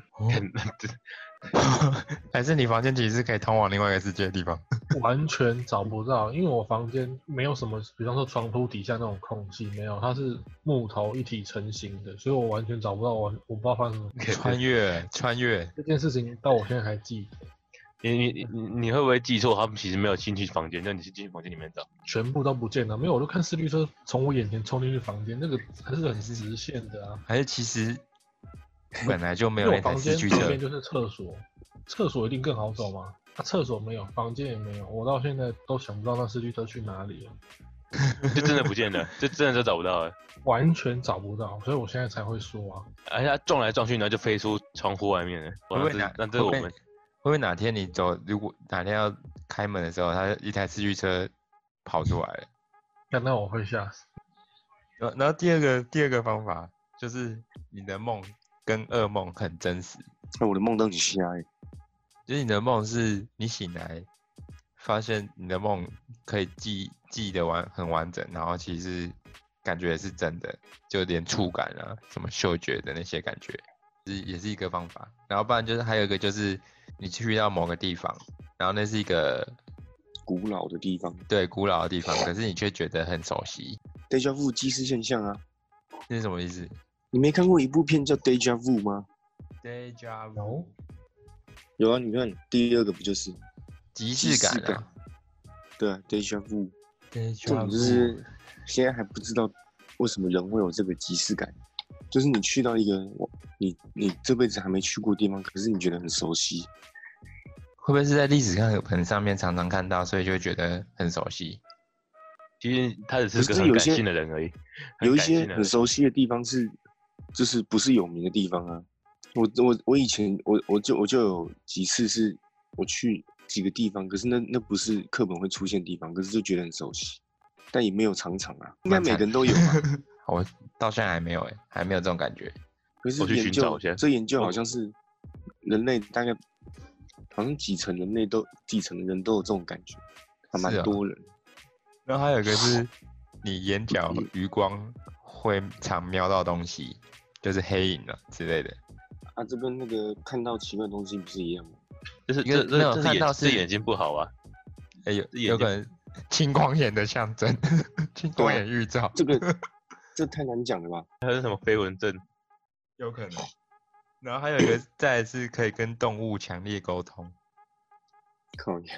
Speaker 1: 还是你房间其实是可以通往另外一个世界的地方。
Speaker 3: 完全找不到，因为我房间没有什么，比方说床铺底下那种空隙没有，它是木头一体成型的，所以我完全找不到我，我不知道发生什么。
Speaker 1: 穿越穿越，
Speaker 3: 这件事情到我现在还记得，
Speaker 2: 你你你你会不会记错？他们其实没有进去房间，那你是进去房间里面找。
Speaker 3: 全部都不见了，没有，我都看四律车从我眼前冲进去房间，那个还是很直线的啊。
Speaker 1: 还是其 实本来就没
Speaker 3: 因
Speaker 1: 有
Speaker 3: 为
Speaker 1: 那台
Speaker 3: 我房
Speaker 1: 四
Speaker 3: 间
Speaker 1: 驱
Speaker 3: 旁
Speaker 1: 车
Speaker 3: 边？就是厕所，厕所一定更好走嘛。啊，厕所没有，房间也没有，我到现在都想不到那四驱车去哪里了，
Speaker 2: 就真的不见了，就真的就找不到了。
Speaker 3: 完全找不到，所以我现在才会说啊，
Speaker 2: 而且它哎撞来撞去，然后就飞出窗户外面了。
Speaker 1: 会不
Speaker 2: 哇那
Speaker 1: 会
Speaker 2: 这
Speaker 1: 哪？
Speaker 2: 那
Speaker 1: 会
Speaker 2: 这
Speaker 1: 不
Speaker 2: 个我
Speaker 1: 会
Speaker 2: 们
Speaker 1: 会不会哪天你走，如果哪天要开门的时候，他一台四驱车跑出来了？
Speaker 3: 那那我会吓死。
Speaker 1: 然后然后第二个第二个方法就是你的梦跟噩梦很真实，
Speaker 4: 那我的梦到你瞎哎、
Speaker 1: 就是你的梦是你醒来发现你的梦可以记记得完很完整，然后其实感觉是真的，就连触感啊什么嗅觉的那些感觉，是也是一个方法。然后不然就是还有一个就是你去到某个地方，然后那是一个
Speaker 4: 古老的地方，
Speaker 1: 对古老的地方，可是你却觉得很熟悉，
Speaker 4: deja vu 既视现象啊！
Speaker 1: 这是什么意思
Speaker 4: 你没看过一部片叫 deja vu 吗？
Speaker 1: ？Deja
Speaker 3: 然
Speaker 1: vu，
Speaker 3: 后
Speaker 4: 有啊，你看第二个不就是
Speaker 1: 即视感
Speaker 4: 即视
Speaker 1: 啊
Speaker 4: 感对啊 deja vu，这
Speaker 1: ，Deja
Speaker 4: 种就
Speaker 1: vu，
Speaker 4: 是现在还不知道为什么人会有这个即视感，就是你去到一个我你你这辈子还没去过的地方，可是你觉得很熟悉，
Speaker 1: 会不会是在历史课本上面常常看到，所以就会觉得很熟悉？
Speaker 2: 其实他只是
Speaker 4: 可
Speaker 2: 个
Speaker 4: 是
Speaker 2: 很
Speaker 4: 有
Speaker 2: 感
Speaker 4: 些
Speaker 2: 性的人而已。很
Speaker 4: 有一
Speaker 2: 感性
Speaker 4: 些
Speaker 2: 的
Speaker 4: 很
Speaker 2: 人
Speaker 4: 熟悉的地方是，就是不是有名的地方啊。我我我以前我我就我就有几次是我去几个地方，可是那那不是课本会出现的地方，可是就觉得很熟悉，但也没有常常啊，应该
Speaker 1: 蛮
Speaker 4: 每
Speaker 1: 惨
Speaker 4: 个人都有吧。
Speaker 1: 我到现在还没有哎、还没有这种感觉。
Speaker 4: 可是
Speaker 2: 我去
Speaker 4: 研
Speaker 2: 寻
Speaker 4: 究
Speaker 2: 找一下哦
Speaker 4: 这研究
Speaker 2: 我
Speaker 4: 好像是人类大概好像几成人类都几成的人都有这种感觉，还蛮
Speaker 1: 是啊
Speaker 4: 多人。
Speaker 1: 然后还有一个 是，你眼角余光会常瞄到东西，就是黑影啊之类的。
Speaker 4: 啊，这跟那个看到奇怪的东西不是一样吗？
Speaker 2: 就是
Speaker 1: 因为
Speaker 2: 这
Speaker 1: 没有
Speaker 2: 这这
Speaker 1: 看
Speaker 2: 是
Speaker 1: 到
Speaker 2: 眼这
Speaker 1: 是
Speaker 2: 眼睛不好啊。
Speaker 1: 哎、有
Speaker 2: 是眼
Speaker 1: 有可
Speaker 2: 睛
Speaker 1: 能青光眼的象征， 青光眼预兆，
Speaker 4: 这个这太难讲了吧？
Speaker 2: 还有什么飞蚊症？
Speaker 1: 有可能。然后还有一个，再来是可以跟动物强烈沟通。
Speaker 4: 靠呀！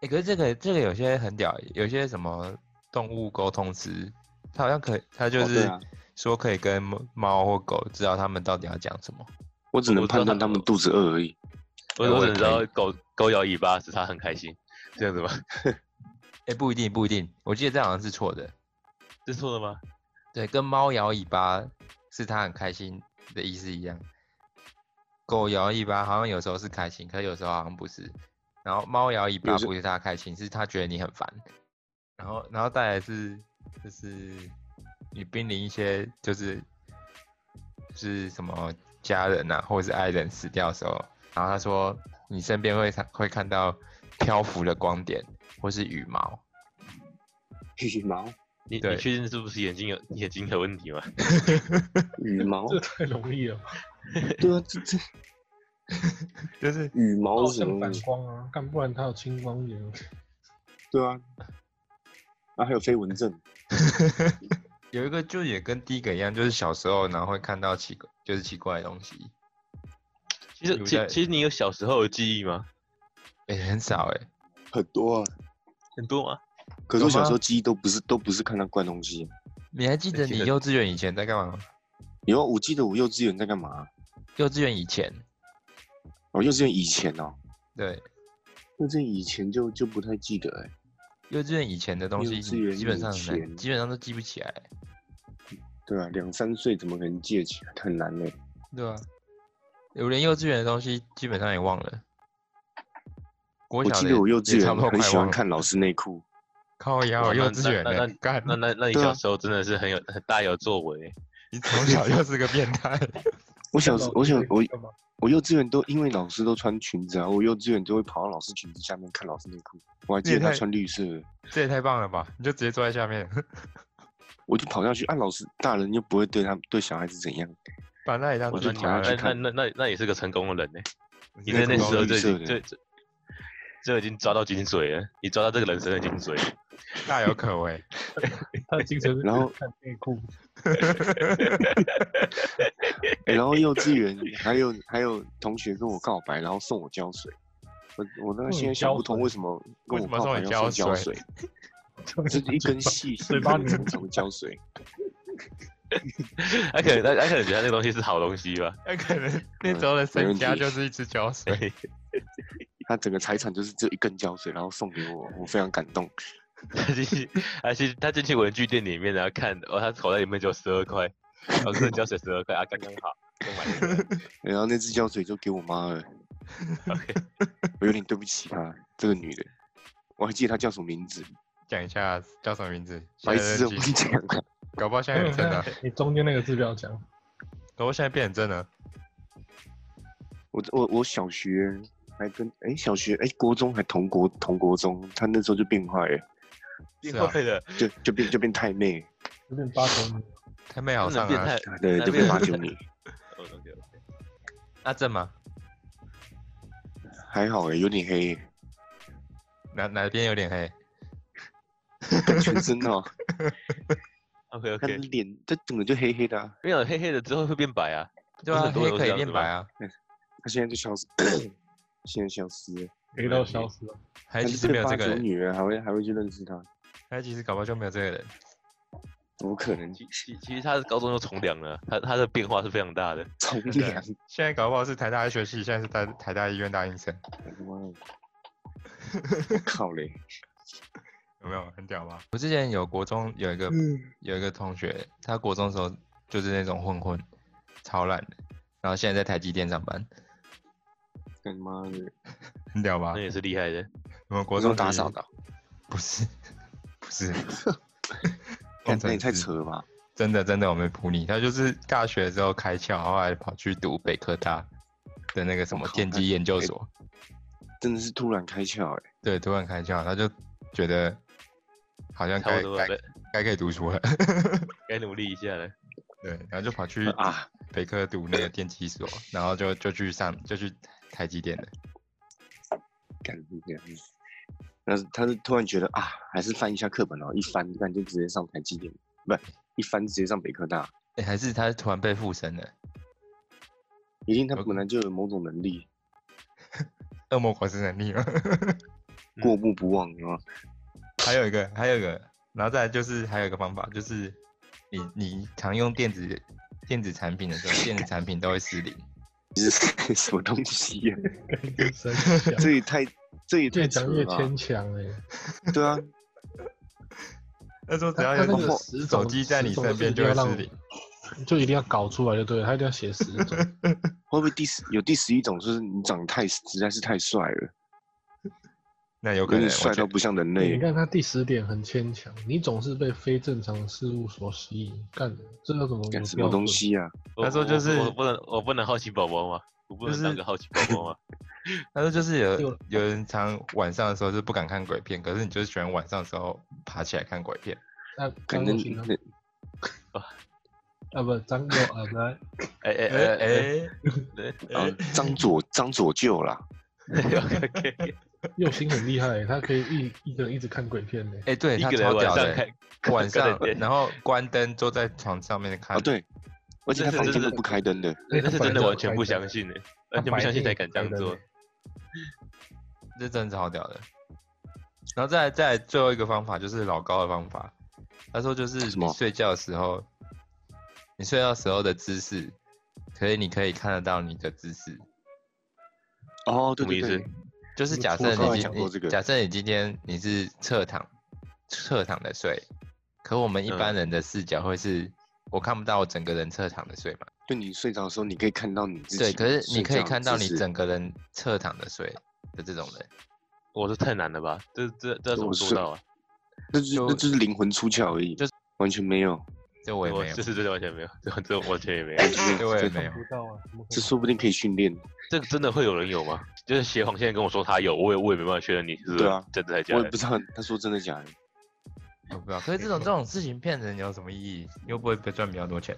Speaker 1: 哎、可是这个这个有些很屌，欸有些什么动物沟通师，他好像可以，他就
Speaker 4: 哦对
Speaker 1: 是
Speaker 4: 啊
Speaker 1: 说可以跟猫猫或狗知道他们到底要讲什么。
Speaker 4: 我只能
Speaker 2: 我知道
Speaker 4: 判断
Speaker 2: 他
Speaker 4: 他们肚子饿而已。
Speaker 2: 我
Speaker 1: 哎我
Speaker 2: 我
Speaker 1: 也
Speaker 2: 只知
Speaker 1: 可
Speaker 2: 道
Speaker 1: 以
Speaker 2: 狗狗摇尾巴使它很开心，这样子吗？
Speaker 1: 哎、不一定，不一定，我记得这好像是错的。
Speaker 2: 这是错的吗？
Speaker 1: 对，跟猫摇尾巴是它很开心的意思一样。狗摇尾巴好像有时候是开心，可有时候好像不是。然后猫摇尾巴
Speaker 4: 有时
Speaker 1: 不是它开心，是它觉得你很烦。然后，然后再来是就是你濒临一些就是就是什么家人啊，或者是爱人死掉的时候，然后他说你身边会看会看到漂浮的光点或是羽毛。
Speaker 4: 羽毛，
Speaker 2: 你
Speaker 1: 对
Speaker 2: 你确定是不是眼睛有眼睛有问题吗？
Speaker 4: 羽毛
Speaker 3: 这，个太容易了吧，
Speaker 4: 对啊，这这
Speaker 1: 就是
Speaker 4: 羽毛
Speaker 3: 照
Speaker 4: 是什
Speaker 3: 相
Speaker 4: 么
Speaker 3: 反
Speaker 4: 东西？
Speaker 3: 光啊，干不然他有青光眼。
Speaker 4: 对啊，啊还有飞蚊症，
Speaker 1: 有一个就也跟第一个一样，就是小时候然后会看到奇怪，就是奇怪的东西，
Speaker 2: 其实
Speaker 1: 有
Speaker 2: 其
Speaker 1: 在
Speaker 2: 其实你有小时候的记忆吗？
Speaker 1: 哎、很少哎、
Speaker 4: 很多啊。
Speaker 2: 很多吗？
Speaker 4: 可是我
Speaker 1: 有吗
Speaker 4: 小时候记忆都不是都不是看到怪东西。
Speaker 1: 你还记得
Speaker 2: 还记
Speaker 1: 你
Speaker 2: 得
Speaker 1: 幼稚园以前在干嘛吗？
Speaker 4: 有啊，我记得我幼稚园在干嘛？啊
Speaker 1: 幼稚园以前，
Speaker 4: 哦，幼稚园以前哦，
Speaker 1: 对，
Speaker 4: 幼稚园以前就就不太记得哎、
Speaker 1: 幼稚园以前的东西
Speaker 4: 幼稚园
Speaker 1: 基本上
Speaker 4: 以
Speaker 1: 很难，
Speaker 4: 前
Speaker 1: 基本上都记不起来，
Speaker 4: 对啊，两三岁怎么可能记得起来？很难哎、
Speaker 1: 对吧、我连幼稚园的东西基本上也忘了。国
Speaker 4: 我
Speaker 1: 小
Speaker 4: 记
Speaker 1: 的
Speaker 4: 得
Speaker 1: 也
Speaker 4: 我幼稚
Speaker 1: 也差不多
Speaker 4: 园很
Speaker 1: 快
Speaker 4: 喜
Speaker 1: 忘
Speaker 4: 欢
Speaker 1: 了，
Speaker 4: 看老师内裤，
Speaker 1: 靠腰
Speaker 2: 哇
Speaker 1: 幼
Speaker 2: 那
Speaker 1: 稚园
Speaker 2: 那
Speaker 1: 的
Speaker 2: 那，
Speaker 1: 干，
Speaker 2: 那那那你
Speaker 4: 对啊
Speaker 2: 小时候真的是很有很大有作为。
Speaker 1: 你从小就是个变态。
Speaker 4: 我小时我小我
Speaker 3: 干 嘛
Speaker 4: 我幼稚园都因为老师都穿裙子啊，我幼稚园就会跑到老师裙子下面看老师内裤。我还记
Speaker 1: 你也
Speaker 4: 得他
Speaker 1: 太
Speaker 4: 穿绿色的，
Speaker 1: 这也太棒了吧！你就直接坐在下面，
Speaker 4: 我就跑下去啊。老师大人又不会对他对小孩子怎样，
Speaker 1: 把那里当
Speaker 4: 我
Speaker 1: 猪
Speaker 4: 就
Speaker 2: 欸那
Speaker 4: 跑
Speaker 2: 你
Speaker 1: 条
Speaker 4: 下
Speaker 1: 来
Speaker 2: 那
Speaker 4: 去
Speaker 2: 那
Speaker 4: 看
Speaker 2: 那那那也是个成功的人呢。欸你
Speaker 1: 那
Speaker 2: 在
Speaker 1: 个
Speaker 2: 那
Speaker 1: 光
Speaker 2: 时候
Speaker 4: 绿
Speaker 2: 就已
Speaker 4: 色
Speaker 2: 经
Speaker 4: 的
Speaker 2: 就就就已经抓到精髓了，你抓到这个人生的精髓。
Speaker 1: 大有可为。
Speaker 3: 他的精神是
Speaker 4: 然后
Speaker 3: 看内裤，
Speaker 4: 哎欸然后幼稚园还有还有同学跟我告白，然后送我胶水，我我那
Speaker 3: 嗯
Speaker 4: 现在想不通为什么
Speaker 1: 为
Speaker 4: 跟
Speaker 1: 什么
Speaker 4: 我爸爸
Speaker 1: 送你
Speaker 4: 要送
Speaker 1: 胶
Speaker 4: 胶
Speaker 1: 水
Speaker 4: 水， 这 一根细
Speaker 3: 嘴巴里
Speaker 4: 怎么胶水？
Speaker 2: 他可能他他可能觉得那个东西是好东西吧，
Speaker 1: 那可能那时候的身家
Speaker 4: 嗯没问题
Speaker 1: 就
Speaker 4: 哎
Speaker 1: 是一支胶水。
Speaker 4: 他整个财产就是这一根胶水，然后送给我，我非常感动。
Speaker 2: 他进去他进他进去文具店里面，然后看哦，他口袋里面只有十二块，然后这胶水十二块啊，刚刚好，就买了一个。
Speaker 4: 然后那支胶水就给我妈了，
Speaker 2: OK，
Speaker 4: 啊我有点对不起她，这个女的，我还记得她叫什么名字，
Speaker 1: 讲一下叫什么名字？
Speaker 4: 白
Speaker 1: 现在
Speaker 4: 痴哦
Speaker 1: 的
Speaker 4: 我
Speaker 1: 记
Speaker 4: 不 讲了。
Speaker 1: 搞不好现在很正
Speaker 2: 嗯
Speaker 1: 了，
Speaker 3: 你中间那个字不要讲，
Speaker 1: 搞不好现在变很正啊了。
Speaker 4: 我我我小学还跟哎、小学哎、国中还同国同国中，她那时候就变坏了，
Speaker 2: 变
Speaker 1: 是啊
Speaker 2: 坏了，
Speaker 4: 就就变就变太妹，
Speaker 3: 有点八头女。
Speaker 1: 太妹好
Speaker 2: 真的
Speaker 1: 上
Speaker 2: 变
Speaker 1: 啊
Speaker 2: 态。
Speaker 4: 对，
Speaker 2: 太
Speaker 4: 就
Speaker 2: 妹
Speaker 4: 变八九女，
Speaker 2: 哦，OK，OK
Speaker 1: 那正吗？
Speaker 4: 还好哎、有点黑、
Speaker 1: 哪哪边有点黑？
Speaker 4: 全身哦，
Speaker 2: OK
Speaker 4: 她的
Speaker 2: OK，
Speaker 4: 脸她整个就黑黑的、啊，
Speaker 2: 没有黑黑的之后会变白啊，
Speaker 1: 对
Speaker 2: 不
Speaker 1: 啊，
Speaker 2: 是很多
Speaker 1: 黑
Speaker 2: 都
Speaker 1: 可
Speaker 2: 这
Speaker 1: 以
Speaker 2: 样
Speaker 1: 变
Speaker 2: 子吗
Speaker 1: 白啊，
Speaker 4: 她现在就消失，现在消失了，
Speaker 3: 黑到消失 了，
Speaker 1: 还
Speaker 4: 她
Speaker 1: 其
Speaker 4: 是
Speaker 1: 实没
Speaker 4: 变
Speaker 1: 有这
Speaker 4: 八
Speaker 1: 个
Speaker 4: 九
Speaker 1: 人，
Speaker 4: 女了，还会还会去认识她，
Speaker 1: 还其实搞不好就没有这个人。
Speaker 4: 怎么可能
Speaker 2: 其其其实他的高中就从良了，他他的变化是非常大的。
Speaker 4: 从
Speaker 1: 真的
Speaker 4: 良？
Speaker 1: 现在搞不好是台大医学系，现在是台台大医院大医生，
Speaker 4: 哇哦，靠嘞！
Speaker 1: 有没有很屌吧？我之前有国中有一个
Speaker 4: 嗯，
Speaker 1: 有一个同学，他国中的时候就是那种混混，超烂的，然后现在在台积电上班，
Speaker 4: 干妈的，
Speaker 1: 很屌吧
Speaker 2: 那？也是厉害的。
Speaker 1: 我哦们国
Speaker 4: 我说
Speaker 1: 中
Speaker 4: 打
Speaker 1: 其实
Speaker 4: 扫的，
Speaker 1: 不是 不是，
Speaker 4: 干那也太
Speaker 1: 是
Speaker 4: 扯了吧！
Speaker 1: 真的真的，我没扑你，他就是大学之后开窍，后来跑去读北科大的那个什么
Speaker 4: 我靠
Speaker 1: 电
Speaker 4: 那
Speaker 1: 机研究
Speaker 4: 哎
Speaker 1: 所，
Speaker 4: 真的是突然开窍哎、
Speaker 1: 对，突然开窍，他就觉得好像
Speaker 2: 差
Speaker 1: 该
Speaker 2: 不多了，
Speaker 1: 该
Speaker 2: 该
Speaker 1: 该可以读书了，
Speaker 2: 该努力一下了。
Speaker 1: 对，然后就跑去
Speaker 4: 啊！
Speaker 1: 北科读那个电机所，然后就就去上就去台积电的，
Speaker 4: 干你娘！那是他是突然觉得啊，还是翻一下课本哦，一翻干就直接上台积电，不，一翻直接上北科大，
Speaker 1: 哎，还是他突然被附身了，
Speaker 4: 一定他
Speaker 1: 有
Speaker 4: 本来就有某种能力，
Speaker 1: 恶魔果实能力嘛。
Speaker 2: 嗯
Speaker 4: 过目不忘啊。
Speaker 1: 还有一个，还有一个，然后再来就是还有一个方法，就是你你常用电子电子产品的时候，电子产品都会失灵。
Speaker 4: 你是什么东西呀、
Speaker 3: 跟神一样
Speaker 4: 这也太，这也
Speaker 3: 越
Speaker 4: 太扯
Speaker 3: 讲越
Speaker 4: 了吧。
Speaker 3: 牵强哎。
Speaker 4: 对啊，
Speaker 1: 那时候只
Speaker 3: 他
Speaker 1: 要
Speaker 3: 他
Speaker 1: 有
Speaker 3: 那个
Speaker 1: 手
Speaker 3: 十种
Speaker 1: 手机在你身边就会失灵，，
Speaker 3: 就一定要搞出来就对了，他一定要写十 种。
Speaker 4: 会不会第十有第十一种就是你长得太实在是太帅了，
Speaker 1: 那有可
Speaker 4: 有
Speaker 1: 能
Speaker 4: 点
Speaker 1: 我
Speaker 4: 帅
Speaker 1: 觉
Speaker 4: 到
Speaker 1: 得
Speaker 4: 不像人
Speaker 3: 你
Speaker 4: 类。
Speaker 3: 看他第十点很牵强，你总是被非正常事物所吸引，干这叫什么？
Speaker 4: 干什么东？西啊？
Speaker 2: 我
Speaker 1: 他说就
Speaker 2: 我
Speaker 1: 是
Speaker 2: 我不能我不能好奇宝宝吗？我不
Speaker 1: 就
Speaker 2: 能
Speaker 1: 是
Speaker 2: 当个好奇宝宝吗？
Speaker 1: 他说就是有
Speaker 3: 有
Speaker 1: 有人常晚上的时候是不敢看鬼片，可是你就是喜欢晚上的时候爬起来看鬼片。
Speaker 3: 那
Speaker 4: 可
Speaker 3: 张
Speaker 4: 能
Speaker 3: 国庆呢？
Speaker 4: 那
Speaker 3: 啊不，张国啊来，
Speaker 2: 哎哎
Speaker 1: 哎
Speaker 2: 哎哎
Speaker 1: 哎
Speaker 4: 啊张左张左舅啦，
Speaker 2: ，OK OK，
Speaker 3: 右心很厉害，他可以一一个人一直看鬼片呢。
Speaker 1: 哎，对
Speaker 2: 一
Speaker 1: 他
Speaker 2: 个人
Speaker 1: 超
Speaker 2: 晚
Speaker 1: 屌
Speaker 2: 上
Speaker 1: 的，
Speaker 2: 开
Speaker 1: 晚上
Speaker 2: 对对
Speaker 1: 然后关灯坐在床上面看。
Speaker 4: 啊，对，而且他
Speaker 2: 这
Speaker 4: 房
Speaker 2: 是
Speaker 4: 间
Speaker 2: 这
Speaker 4: 都
Speaker 2: 是
Speaker 4: 不开灯的，
Speaker 2: 那那是真的完全不
Speaker 3: 白天
Speaker 2: 相信呢，
Speaker 3: 他
Speaker 2: 完全不相信才
Speaker 3: 白
Speaker 2: 敢
Speaker 3: 天
Speaker 2: 这样
Speaker 3: 开灯
Speaker 2: 做
Speaker 3: 欸。
Speaker 1: 这真的超屌的。然后再来再来最后一个方法就是老高的方法，他说就是
Speaker 4: 什
Speaker 1: 你
Speaker 4: 么
Speaker 1: 睡觉的时候，你睡觉的时候的姿势，可以你可以看得到你的姿势，
Speaker 4: 哦，
Speaker 2: 什
Speaker 4: 对
Speaker 2: 么
Speaker 4: 对
Speaker 2: 意
Speaker 4: 对
Speaker 2: 思，
Speaker 1: 就是假设
Speaker 4: 我刚才
Speaker 1: 你今
Speaker 4: 讲过
Speaker 1: 你
Speaker 4: 这个
Speaker 1: 假设你今天你是侧躺侧躺的睡，可我们
Speaker 4: 嗯
Speaker 1: 一般人的视角会是。我看不到我整个人侧躺的睡嘛？
Speaker 4: 就你睡着的时候，你可以看到你自
Speaker 1: 对，
Speaker 4: 己。
Speaker 1: 可是你可以看到你。整个人侧躺的睡的这种人，
Speaker 2: 我说太难了吧？这这这要怎么
Speaker 4: 我
Speaker 2: 做
Speaker 4: 是
Speaker 2: 到啊？
Speaker 4: 那就是那就是灵魂出窍而已，
Speaker 1: 就是
Speaker 4: 完全没有，
Speaker 1: 这我也
Speaker 2: 我
Speaker 1: 没有
Speaker 2: 这，是真的完全没有，这这完全也没有。
Speaker 4: 就是
Speaker 1: 这我也
Speaker 4: 这
Speaker 1: 没有
Speaker 3: 看。不到啊，怎么可
Speaker 1: 嗯
Speaker 4: 这
Speaker 3: 能
Speaker 4: 说不定可以训练，
Speaker 2: 这个真的会有人有吗？就是协皇现在跟我说他有，我也我也没办法确认你是
Speaker 4: 对啊
Speaker 2: 真的还是假
Speaker 4: 我也
Speaker 2: 的
Speaker 4: 不。知道他说真的假 的。
Speaker 1: 我不知道，可是这种这种事情骗人有什么意义？又不会被赚比较多 钱。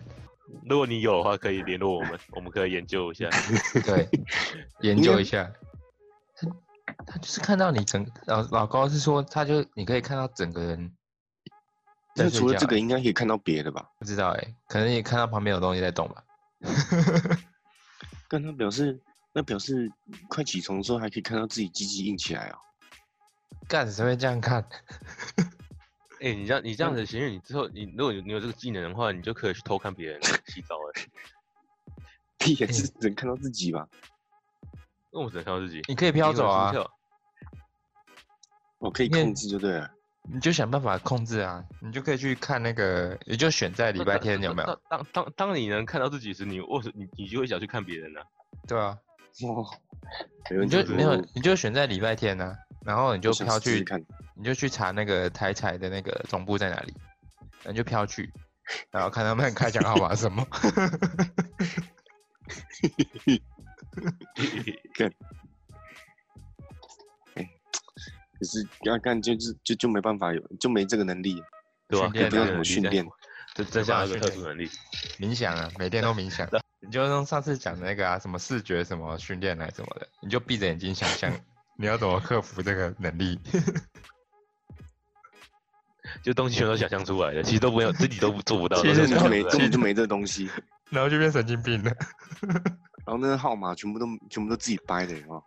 Speaker 2: 如果你有的话，可以联络我们，我们可以研究一下。
Speaker 1: 对，研究一下。他他就是看到你整老老高是说，他就你可以看到整个人在睡
Speaker 4: 那
Speaker 1: 觉欸。
Speaker 4: 除了这个，应该可以看到别的吧？
Speaker 1: 不知道哎、可能也看到旁边有东西在动吧。
Speaker 4: 但他表示，那表示快起床的时候还可以看到自己鸡鸡硬起来哦。
Speaker 1: 干谁会这样看？
Speaker 2: 哎、你这样你这样子，其实你之后你如果你有这个技能的话，你就可以去偷看别人洗澡哎、
Speaker 4: 屁
Speaker 1: 嗯
Speaker 4: 也是只能看到自己吧？
Speaker 2: 那我只能看到自己。
Speaker 1: 你可以飘走啊
Speaker 2: 灵魂，出窍
Speaker 4: 我哦可以
Speaker 1: 那
Speaker 4: 控制就对了。
Speaker 1: 你就想办法控制啊，你就可以去看那个，你就选在礼拜天有没有？？
Speaker 2: 当当当当你能看到自己时，你为什你你就会想去看别人呢、
Speaker 1: 对啊，
Speaker 4: 哦，没
Speaker 1: 你
Speaker 4: 问题
Speaker 1: 就
Speaker 4: 我
Speaker 1: 没有
Speaker 4: 我，
Speaker 1: 你就选在礼拜天啊，然后你就
Speaker 4: 我想
Speaker 1: 飘
Speaker 4: 试试
Speaker 1: 去，
Speaker 4: 看，
Speaker 1: 你就去查那个台彩的那个总部在哪里，然后你就飘去，然后看他们开奖号码是什么。
Speaker 4: 可是要看就是就就没办法有就没这个能力，
Speaker 2: 对吧、
Speaker 1: 训
Speaker 2: 可
Speaker 1: 练
Speaker 2: 以不用
Speaker 1: 啊
Speaker 2: 怎么
Speaker 4: 训
Speaker 2: 练
Speaker 4: 练，
Speaker 2: 这这
Speaker 1: 对吧
Speaker 2: 项有
Speaker 1: 训
Speaker 2: 个特
Speaker 1: 练
Speaker 2: 殊能力。
Speaker 1: 冥想啊，每天都冥想。你就用上次讲的那个啊，什么视觉什么训练啊来什么的，你就闭着眼睛想象你要怎么克服这个能力。
Speaker 2: 就东西全都想象出来的，其实都没有，自己都不做不 到。
Speaker 1: 其
Speaker 4: 根
Speaker 1: 实
Speaker 2: 都
Speaker 4: 本就
Speaker 2: 想
Speaker 4: 没
Speaker 2: 象
Speaker 4: 根
Speaker 2: 出来
Speaker 4: 本就没这东西。
Speaker 1: 然后就变神经病了。
Speaker 4: 然后那个号码全部都全部都自己掰的哦。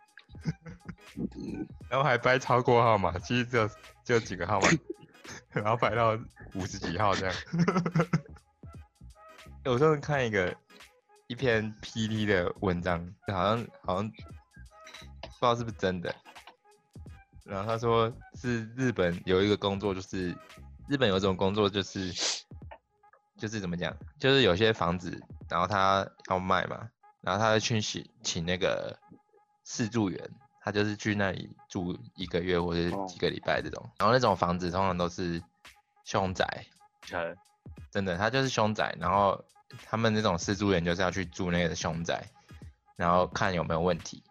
Speaker 1: 然后还掰超过号码，其实只有只有几个号码， 然后摆到五十几号这样。欸我上次看一个一篇 PT 的文章，好像好像不知道是不是真的。然后他说是日本有一个工作，就是日本有一种工作就是就是怎么讲，就是有些房子，然后他要卖嘛，然后他就去请请那个试住员，他就是去那里住一个月或者
Speaker 4: 哦
Speaker 1: 几个礼拜这种。然后那种房子通常都是凶宅，
Speaker 2: 起来，
Speaker 1: 真的，他就是凶宅。然后他们那种失租人就是要去住那个凶宅，然后看有没有问题。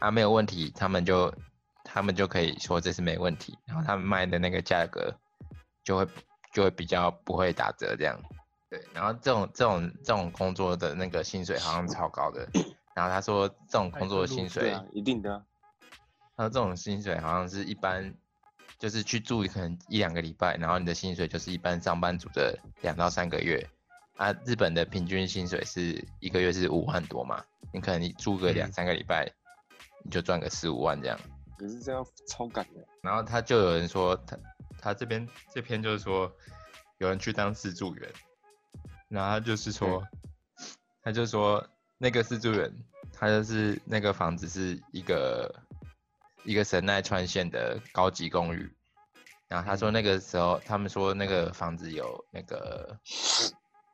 Speaker 1: 啊，没有问题，他们就他们就可以说这是没问题，然后他们卖的那个价格就会就会比较不会打折这样。对，然后这种这种这种工作的那个薪水好像超高的。然后他说这种工作的薪水
Speaker 4: 对啊，一定的啊。
Speaker 1: 那这种薪水好像是一般，就是去住可能一两个礼拜，然后你的薪水就是一般上班族的两到三个月。啊，日本的平均薪水是一个月是五万多嘛，你可能你住个两三个礼拜，你就赚个十五万这样。
Speaker 4: 可是这样超赶的，
Speaker 1: 然后他就有人说他他这边这篇就是说有人去当试住员，然后他就是说、 他就说那个试住员他就是那个房子是一个一个神奈川县的高级公寓，然后他说那个时候他们说那个房子有那个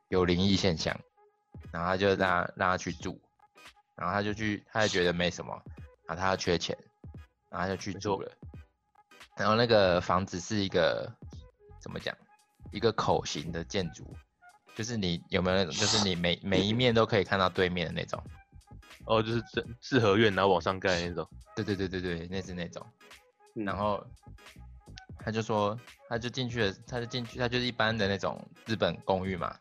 Speaker 1: 有灵异现象，然后他就让他让他去住，然后他就去他也觉得没什么，然后他要缺钱，然后他就去住了。然后那个房子是一个怎么讲？一个口型的建筑，就是你有没有那种，就是你每每一面都可以看到对面的那种。
Speaker 2: 哦，就是这四合院，然后往上盖那种。
Speaker 1: 对对对对对，那是那种。
Speaker 4: 嗯
Speaker 1: 然后他就说，他就进去了，他就进去，他就是一般的那种日本公寓嘛，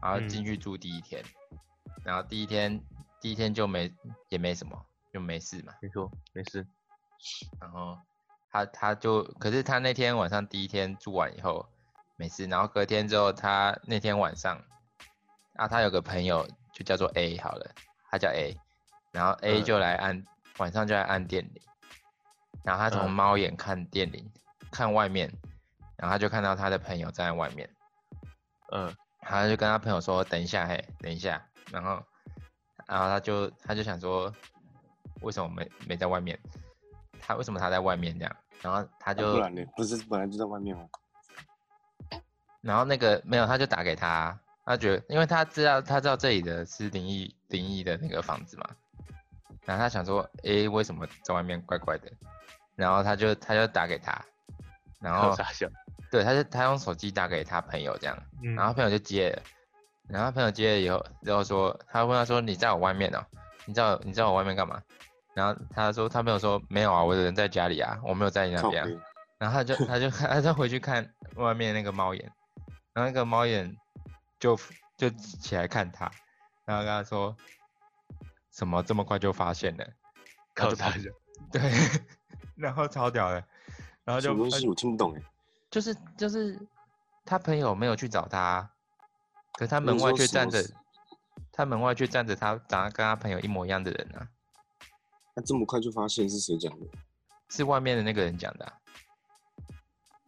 Speaker 1: 然后进去住第一天，然后第一天第一天就没也没什么，就没事嘛。
Speaker 2: 没错，没事。
Speaker 1: 然后他他就，可是他那天晚上第一天住完以后没事，然后隔天之后，他那天晚上啊，他有个朋友就叫做 A 好了，他叫 A，然后 A
Speaker 2: 嗯
Speaker 1: 就来按、晚上就来按电铃，然后他从
Speaker 2: 嗯
Speaker 1: 猫眼看电铃、看外面，然后他就看到他的朋友站在外面，
Speaker 2: 嗯，
Speaker 1: 他就跟他朋友说：“等一下，嘿，等一下。”然后，然后他就他就想说，为什么没没在外面？他为什么他在外面这样？然后他
Speaker 4: 啊不
Speaker 1: 就，
Speaker 4: 然呢？不是本来就在外面吗？
Speaker 1: 然后那个没有，他就打给他，他觉得，因为他知道他知道这里的是灵异灵异的那个房子嘛，然后他想说，诶，为什么在外面怪怪的？然后他就他就打给他，然
Speaker 2: 然后
Speaker 1: 后
Speaker 2: 傻笑。
Speaker 1: 对，他就他用手机打给他朋友这样，
Speaker 2: 嗯
Speaker 1: 然后他朋友就接了，然后他朋友接了以后，之后说，他问他说你在我外面哦、你在我你在我外面干嘛？然后他说他朋友说没有啊，我人在家里啊，我没有在你那
Speaker 4: 靠
Speaker 1: 边啊、
Speaker 4: 北
Speaker 1: 然后他就他就 他就回去看外面那个猫眼，然后那个猫眼就就起来看他，然后跟他说，什么这么快就发现了？
Speaker 2: 靠
Speaker 1: 他
Speaker 2: 傻
Speaker 1: 就
Speaker 2: 笑。
Speaker 1: 对，然后超屌的，然后
Speaker 4: 什
Speaker 1: 就
Speaker 4: 么东西我听不懂哎。
Speaker 1: 就是就是他朋友没有去找他，可是他门
Speaker 4: 你
Speaker 1: 外
Speaker 4: 说
Speaker 1: 却
Speaker 4: 什么
Speaker 1: 站着
Speaker 4: 事，
Speaker 1: 他门外却站着他长得跟他朋友一模一样的人啊，
Speaker 4: 那这么快就发现是谁讲的？
Speaker 1: 是外面的那个人讲的啊、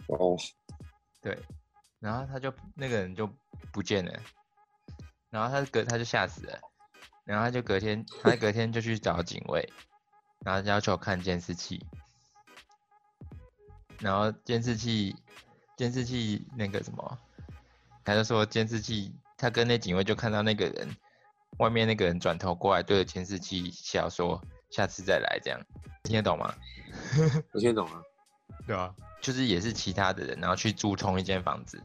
Speaker 4: 哦，
Speaker 1: 对，然后他就那个人就不见了，然后他隔他就吓死了，然后他就隔天他隔天就去找警卫，然后要求看监视器，然后监视器监视器那个什么，他就说监视器他跟那警卫就看到那个人外面那个人转头过来对着监视器笑说下次再来这样，听得懂吗？
Speaker 4: 我听得懂啊。
Speaker 1: 对啊，就是也是其他的人，然后去住同一间房子，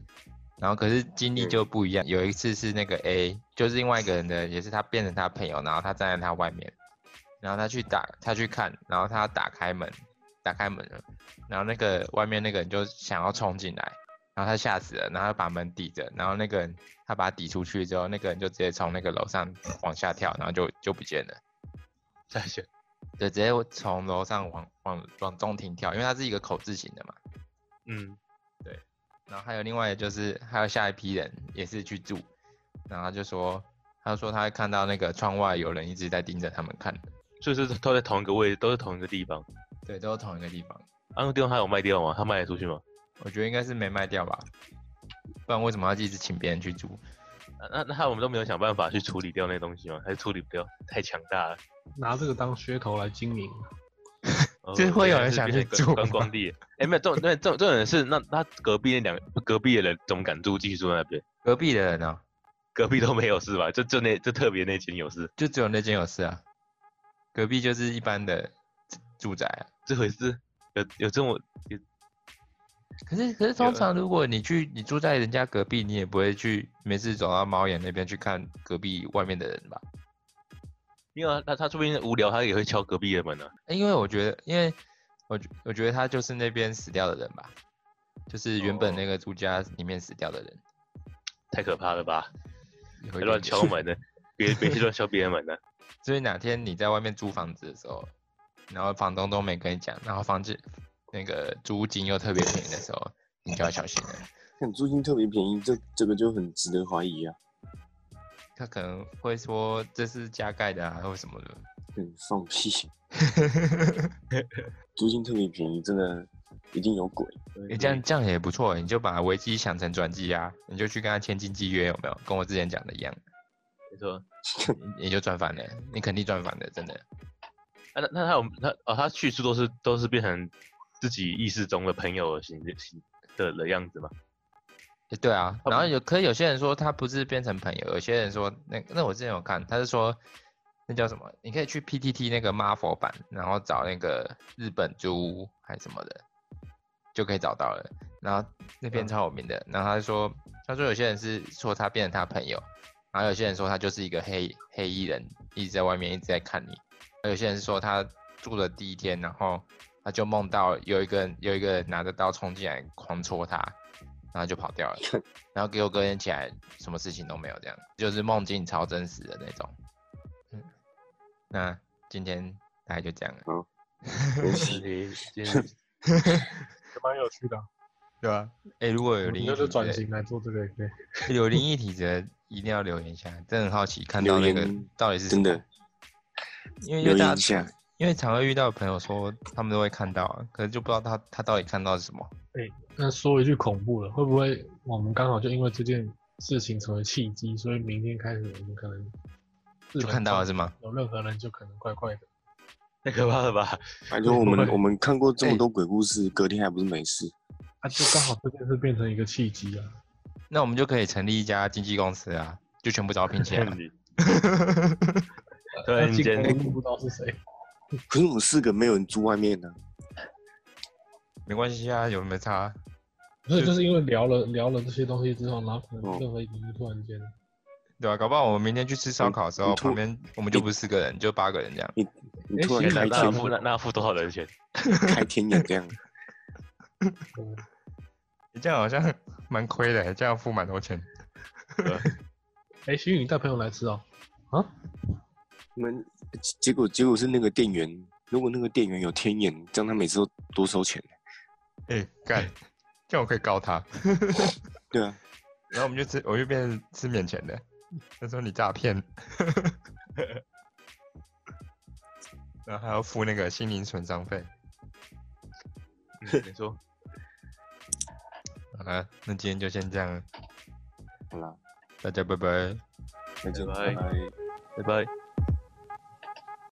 Speaker 1: 然后可是经历
Speaker 4: 嗯
Speaker 1: 就不一样。有一次是那个 A，就是另外一个人的，也是他变成他朋友，然后他站在他外面，然后他去打，他去看，然后他打开门，打开门了，然后那个外面那个人就想要冲进来，然后他吓死了，然后他把门抵着，然后那个人他把他抵出去之后，那个人就直接从那个楼上往下跳，然后就就不见了。
Speaker 2: 再选
Speaker 1: 对，直接从楼上往往往中庭跳，因为它是一个口字形的嘛。
Speaker 2: 嗯，
Speaker 1: 然后还有另外就是还有下一批人也是去住，然后他就说，他就说他看到那个窗外有人一直在盯着他们看，
Speaker 2: 所以说都在同一个位置，都是同一个地方。
Speaker 1: 对，都是同一个地方。
Speaker 2: 啊，那个地方他有卖掉吗？他卖得出去吗？
Speaker 1: 我觉得应该是没卖掉吧，不然为什么要一直请别人去住？
Speaker 2: 啊那那他我们都没有想办法去处理掉那东西吗？还是处理不掉？太强大了，
Speaker 3: 拿这个当噱头来经营，
Speaker 2: 哦
Speaker 1: 就是会有人想去
Speaker 2: 变成观
Speaker 1: 住
Speaker 2: 观光地。哎，没有，重点重重点是，那那隔壁那两隔壁的人怎么敢住？继续住在那边？
Speaker 1: 隔壁的人呢、
Speaker 2: 隔壁都没有事吧？就就那就特别那间有事，
Speaker 1: 就只有那间有事啊，隔壁就是一般的住宅、啊。
Speaker 2: 这回事有有这么有
Speaker 1: 可是可是
Speaker 2: 有
Speaker 1: 通
Speaker 2: 啊
Speaker 1: 常如果你去你住在人家隔壁，你也不会去每次走到猫眼那边去看隔壁外面的人吧？
Speaker 2: 没有啊？那他说不定无聊，他也会敲隔壁的门啊。
Speaker 1: 因为我觉得，因为我觉我觉得他就是那边死掉的人吧，就是原本
Speaker 2: 哦
Speaker 1: 那个住家里面死掉的人，
Speaker 2: 太可怕了吧！
Speaker 1: 有
Speaker 2: 还
Speaker 1: 一
Speaker 2: 乱
Speaker 1: 点
Speaker 2: 敲。门呢，别别去乱敲别人门呢。
Speaker 1: 所以哪天你在外面租房子的时候，然后房东都没跟你讲，然后房子那个租金又特别便宜的时候，你就要小心了。
Speaker 4: 看租金特别便宜，这这个就很值得怀疑啊。
Speaker 1: 他可能会说这是加盖的啊，或什么的。
Speaker 4: 嗯，放屁， 租金特别便宜，真的一定有鬼。
Speaker 1: 你、这样这样也不错，你就把危机想成转机啊，你就去跟他签经济约，有没有？跟我之前讲的一 样，
Speaker 2: 没错。
Speaker 1: 你你就赚翻了，你肯定赚翻的，真的。
Speaker 2: 啊，那那他有他哦，他叙述都是都是变成自己意识中的朋友的形形的的样子嘛？
Speaker 1: 欸对啊，
Speaker 2: 他
Speaker 1: 然后
Speaker 2: 不
Speaker 1: 有，可是有些人说他不是变成朋友，有些人说那那我之前有看，他是说那叫什么？你可以去 PTT 那个 Marvel 版，然后找那个日本租屋还什么的，就可以找到了。然后那边
Speaker 2: 嗯
Speaker 1: 超有名的，然后他就说他说有些人是说他变成他朋友，然后有些人说他就是一个黑黑衣人，一直在外面一直在看你，有些人说他住的第一天，然后他就梦到有一个人有一个人拿着刀冲进来狂戳他，然后就跑 掉了，然后给我隔天起来什么事情都没有，这样就是梦境超真实的那种。嗯，那今天大概就这样了，
Speaker 4: 没
Speaker 2: 今
Speaker 4: 事
Speaker 2: 天今天
Speaker 3: 也蛮有趣的啊。
Speaker 1: 对吧、啊？哎、如果有灵
Speaker 3: 你
Speaker 1: 异
Speaker 3: 要
Speaker 1: 体
Speaker 3: 是
Speaker 1: 质
Speaker 3: 转
Speaker 1: 的，
Speaker 3: 型来做这个也可以。
Speaker 1: 有灵异体质的一定要留言一下，真的很好奇看到那
Speaker 4: 留
Speaker 1: 个
Speaker 4: 言
Speaker 1: 到底是什
Speaker 4: 真的
Speaker 1: 么，因为因
Speaker 4: 留
Speaker 1: 为
Speaker 4: 言
Speaker 1: 大
Speaker 4: 一下
Speaker 1: 家，因为常会遇到朋友说他们都会看到啊，可是就不知道他他到底看到是什么。
Speaker 3: 那说一句恐怖的，会不会我们刚好就因为这件事情成为契机，所以明天开始我们可能
Speaker 1: 就看到了是吗？
Speaker 3: 有任何人就可能怪怪的。
Speaker 2: 太可怕了吧？
Speaker 4: 反正我们我们看过这
Speaker 1: 哎
Speaker 4: 么多鬼故事，隔天还不是没事？
Speaker 3: 啊，就刚好这件事变成一个契机啊！
Speaker 1: 那我们就可以成立一家经纪公司啊，就全部招聘起来 啊。
Speaker 2: 你突
Speaker 3: 那
Speaker 2: 然
Speaker 3: 进
Speaker 2: 间
Speaker 3: 攻都不知道是谁，
Speaker 4: 可是我们四个没有人住外面呢、
Speaker 1: 没关系啊，有没有差？
Speaker 3: 所以就是因为聊了聊了这些东西之后，然后可能
Speaker 4: 哦
Speaker 3: 任何一个人突然间，
Speaker 1: 对吧、搞不好我们明天去吃烧烤的时候，
Speaker 4: 你突
Speaker 1: 旁边我们就不是四个人，就八个人这样。
Speaker 4: 你
Speaker 3: 哎
Speaker 4: 突然
Speaker 3: 其实
Speaker 2: 那
Speaker 4: 开
Speaker 3: 还
Speaker 2: 那
Speaker 3: 大
Speaker 4: 天
Speaker 2: 付那那付多少人钱？
Speaker 4: 开天眼这样，
Speaker 3: 嗯
Speaker 1: 你这样好像 蛮亏的，这样付蛮多钱。
Speaker 2: 对吧
Speaker 3: 哎，徐宇你带朋友来吃哦，
Speaker 4: 你们结果结果是那个店员，如果那个店员有天眼，这样他每次都多收钱。
Speaker 1: 哎、干，这样我可以告他，
Speaker 4: 对啊，
Speaker 1: 然后我们就吃，我就变成吃免钱的。他说你诈骗， 然后还要付那个心灵损伤费。
Speaker 2: 嗯没错，
Speaker 1: 好了，那今天就先这样了，
Speaker 4: 好啦，
Speaker 1: 大家拜拜。
Speaker 4: 再见，
Speaker 2: 拜拜
Speaker 4: 拜拜
Speaker 2: 拜拜。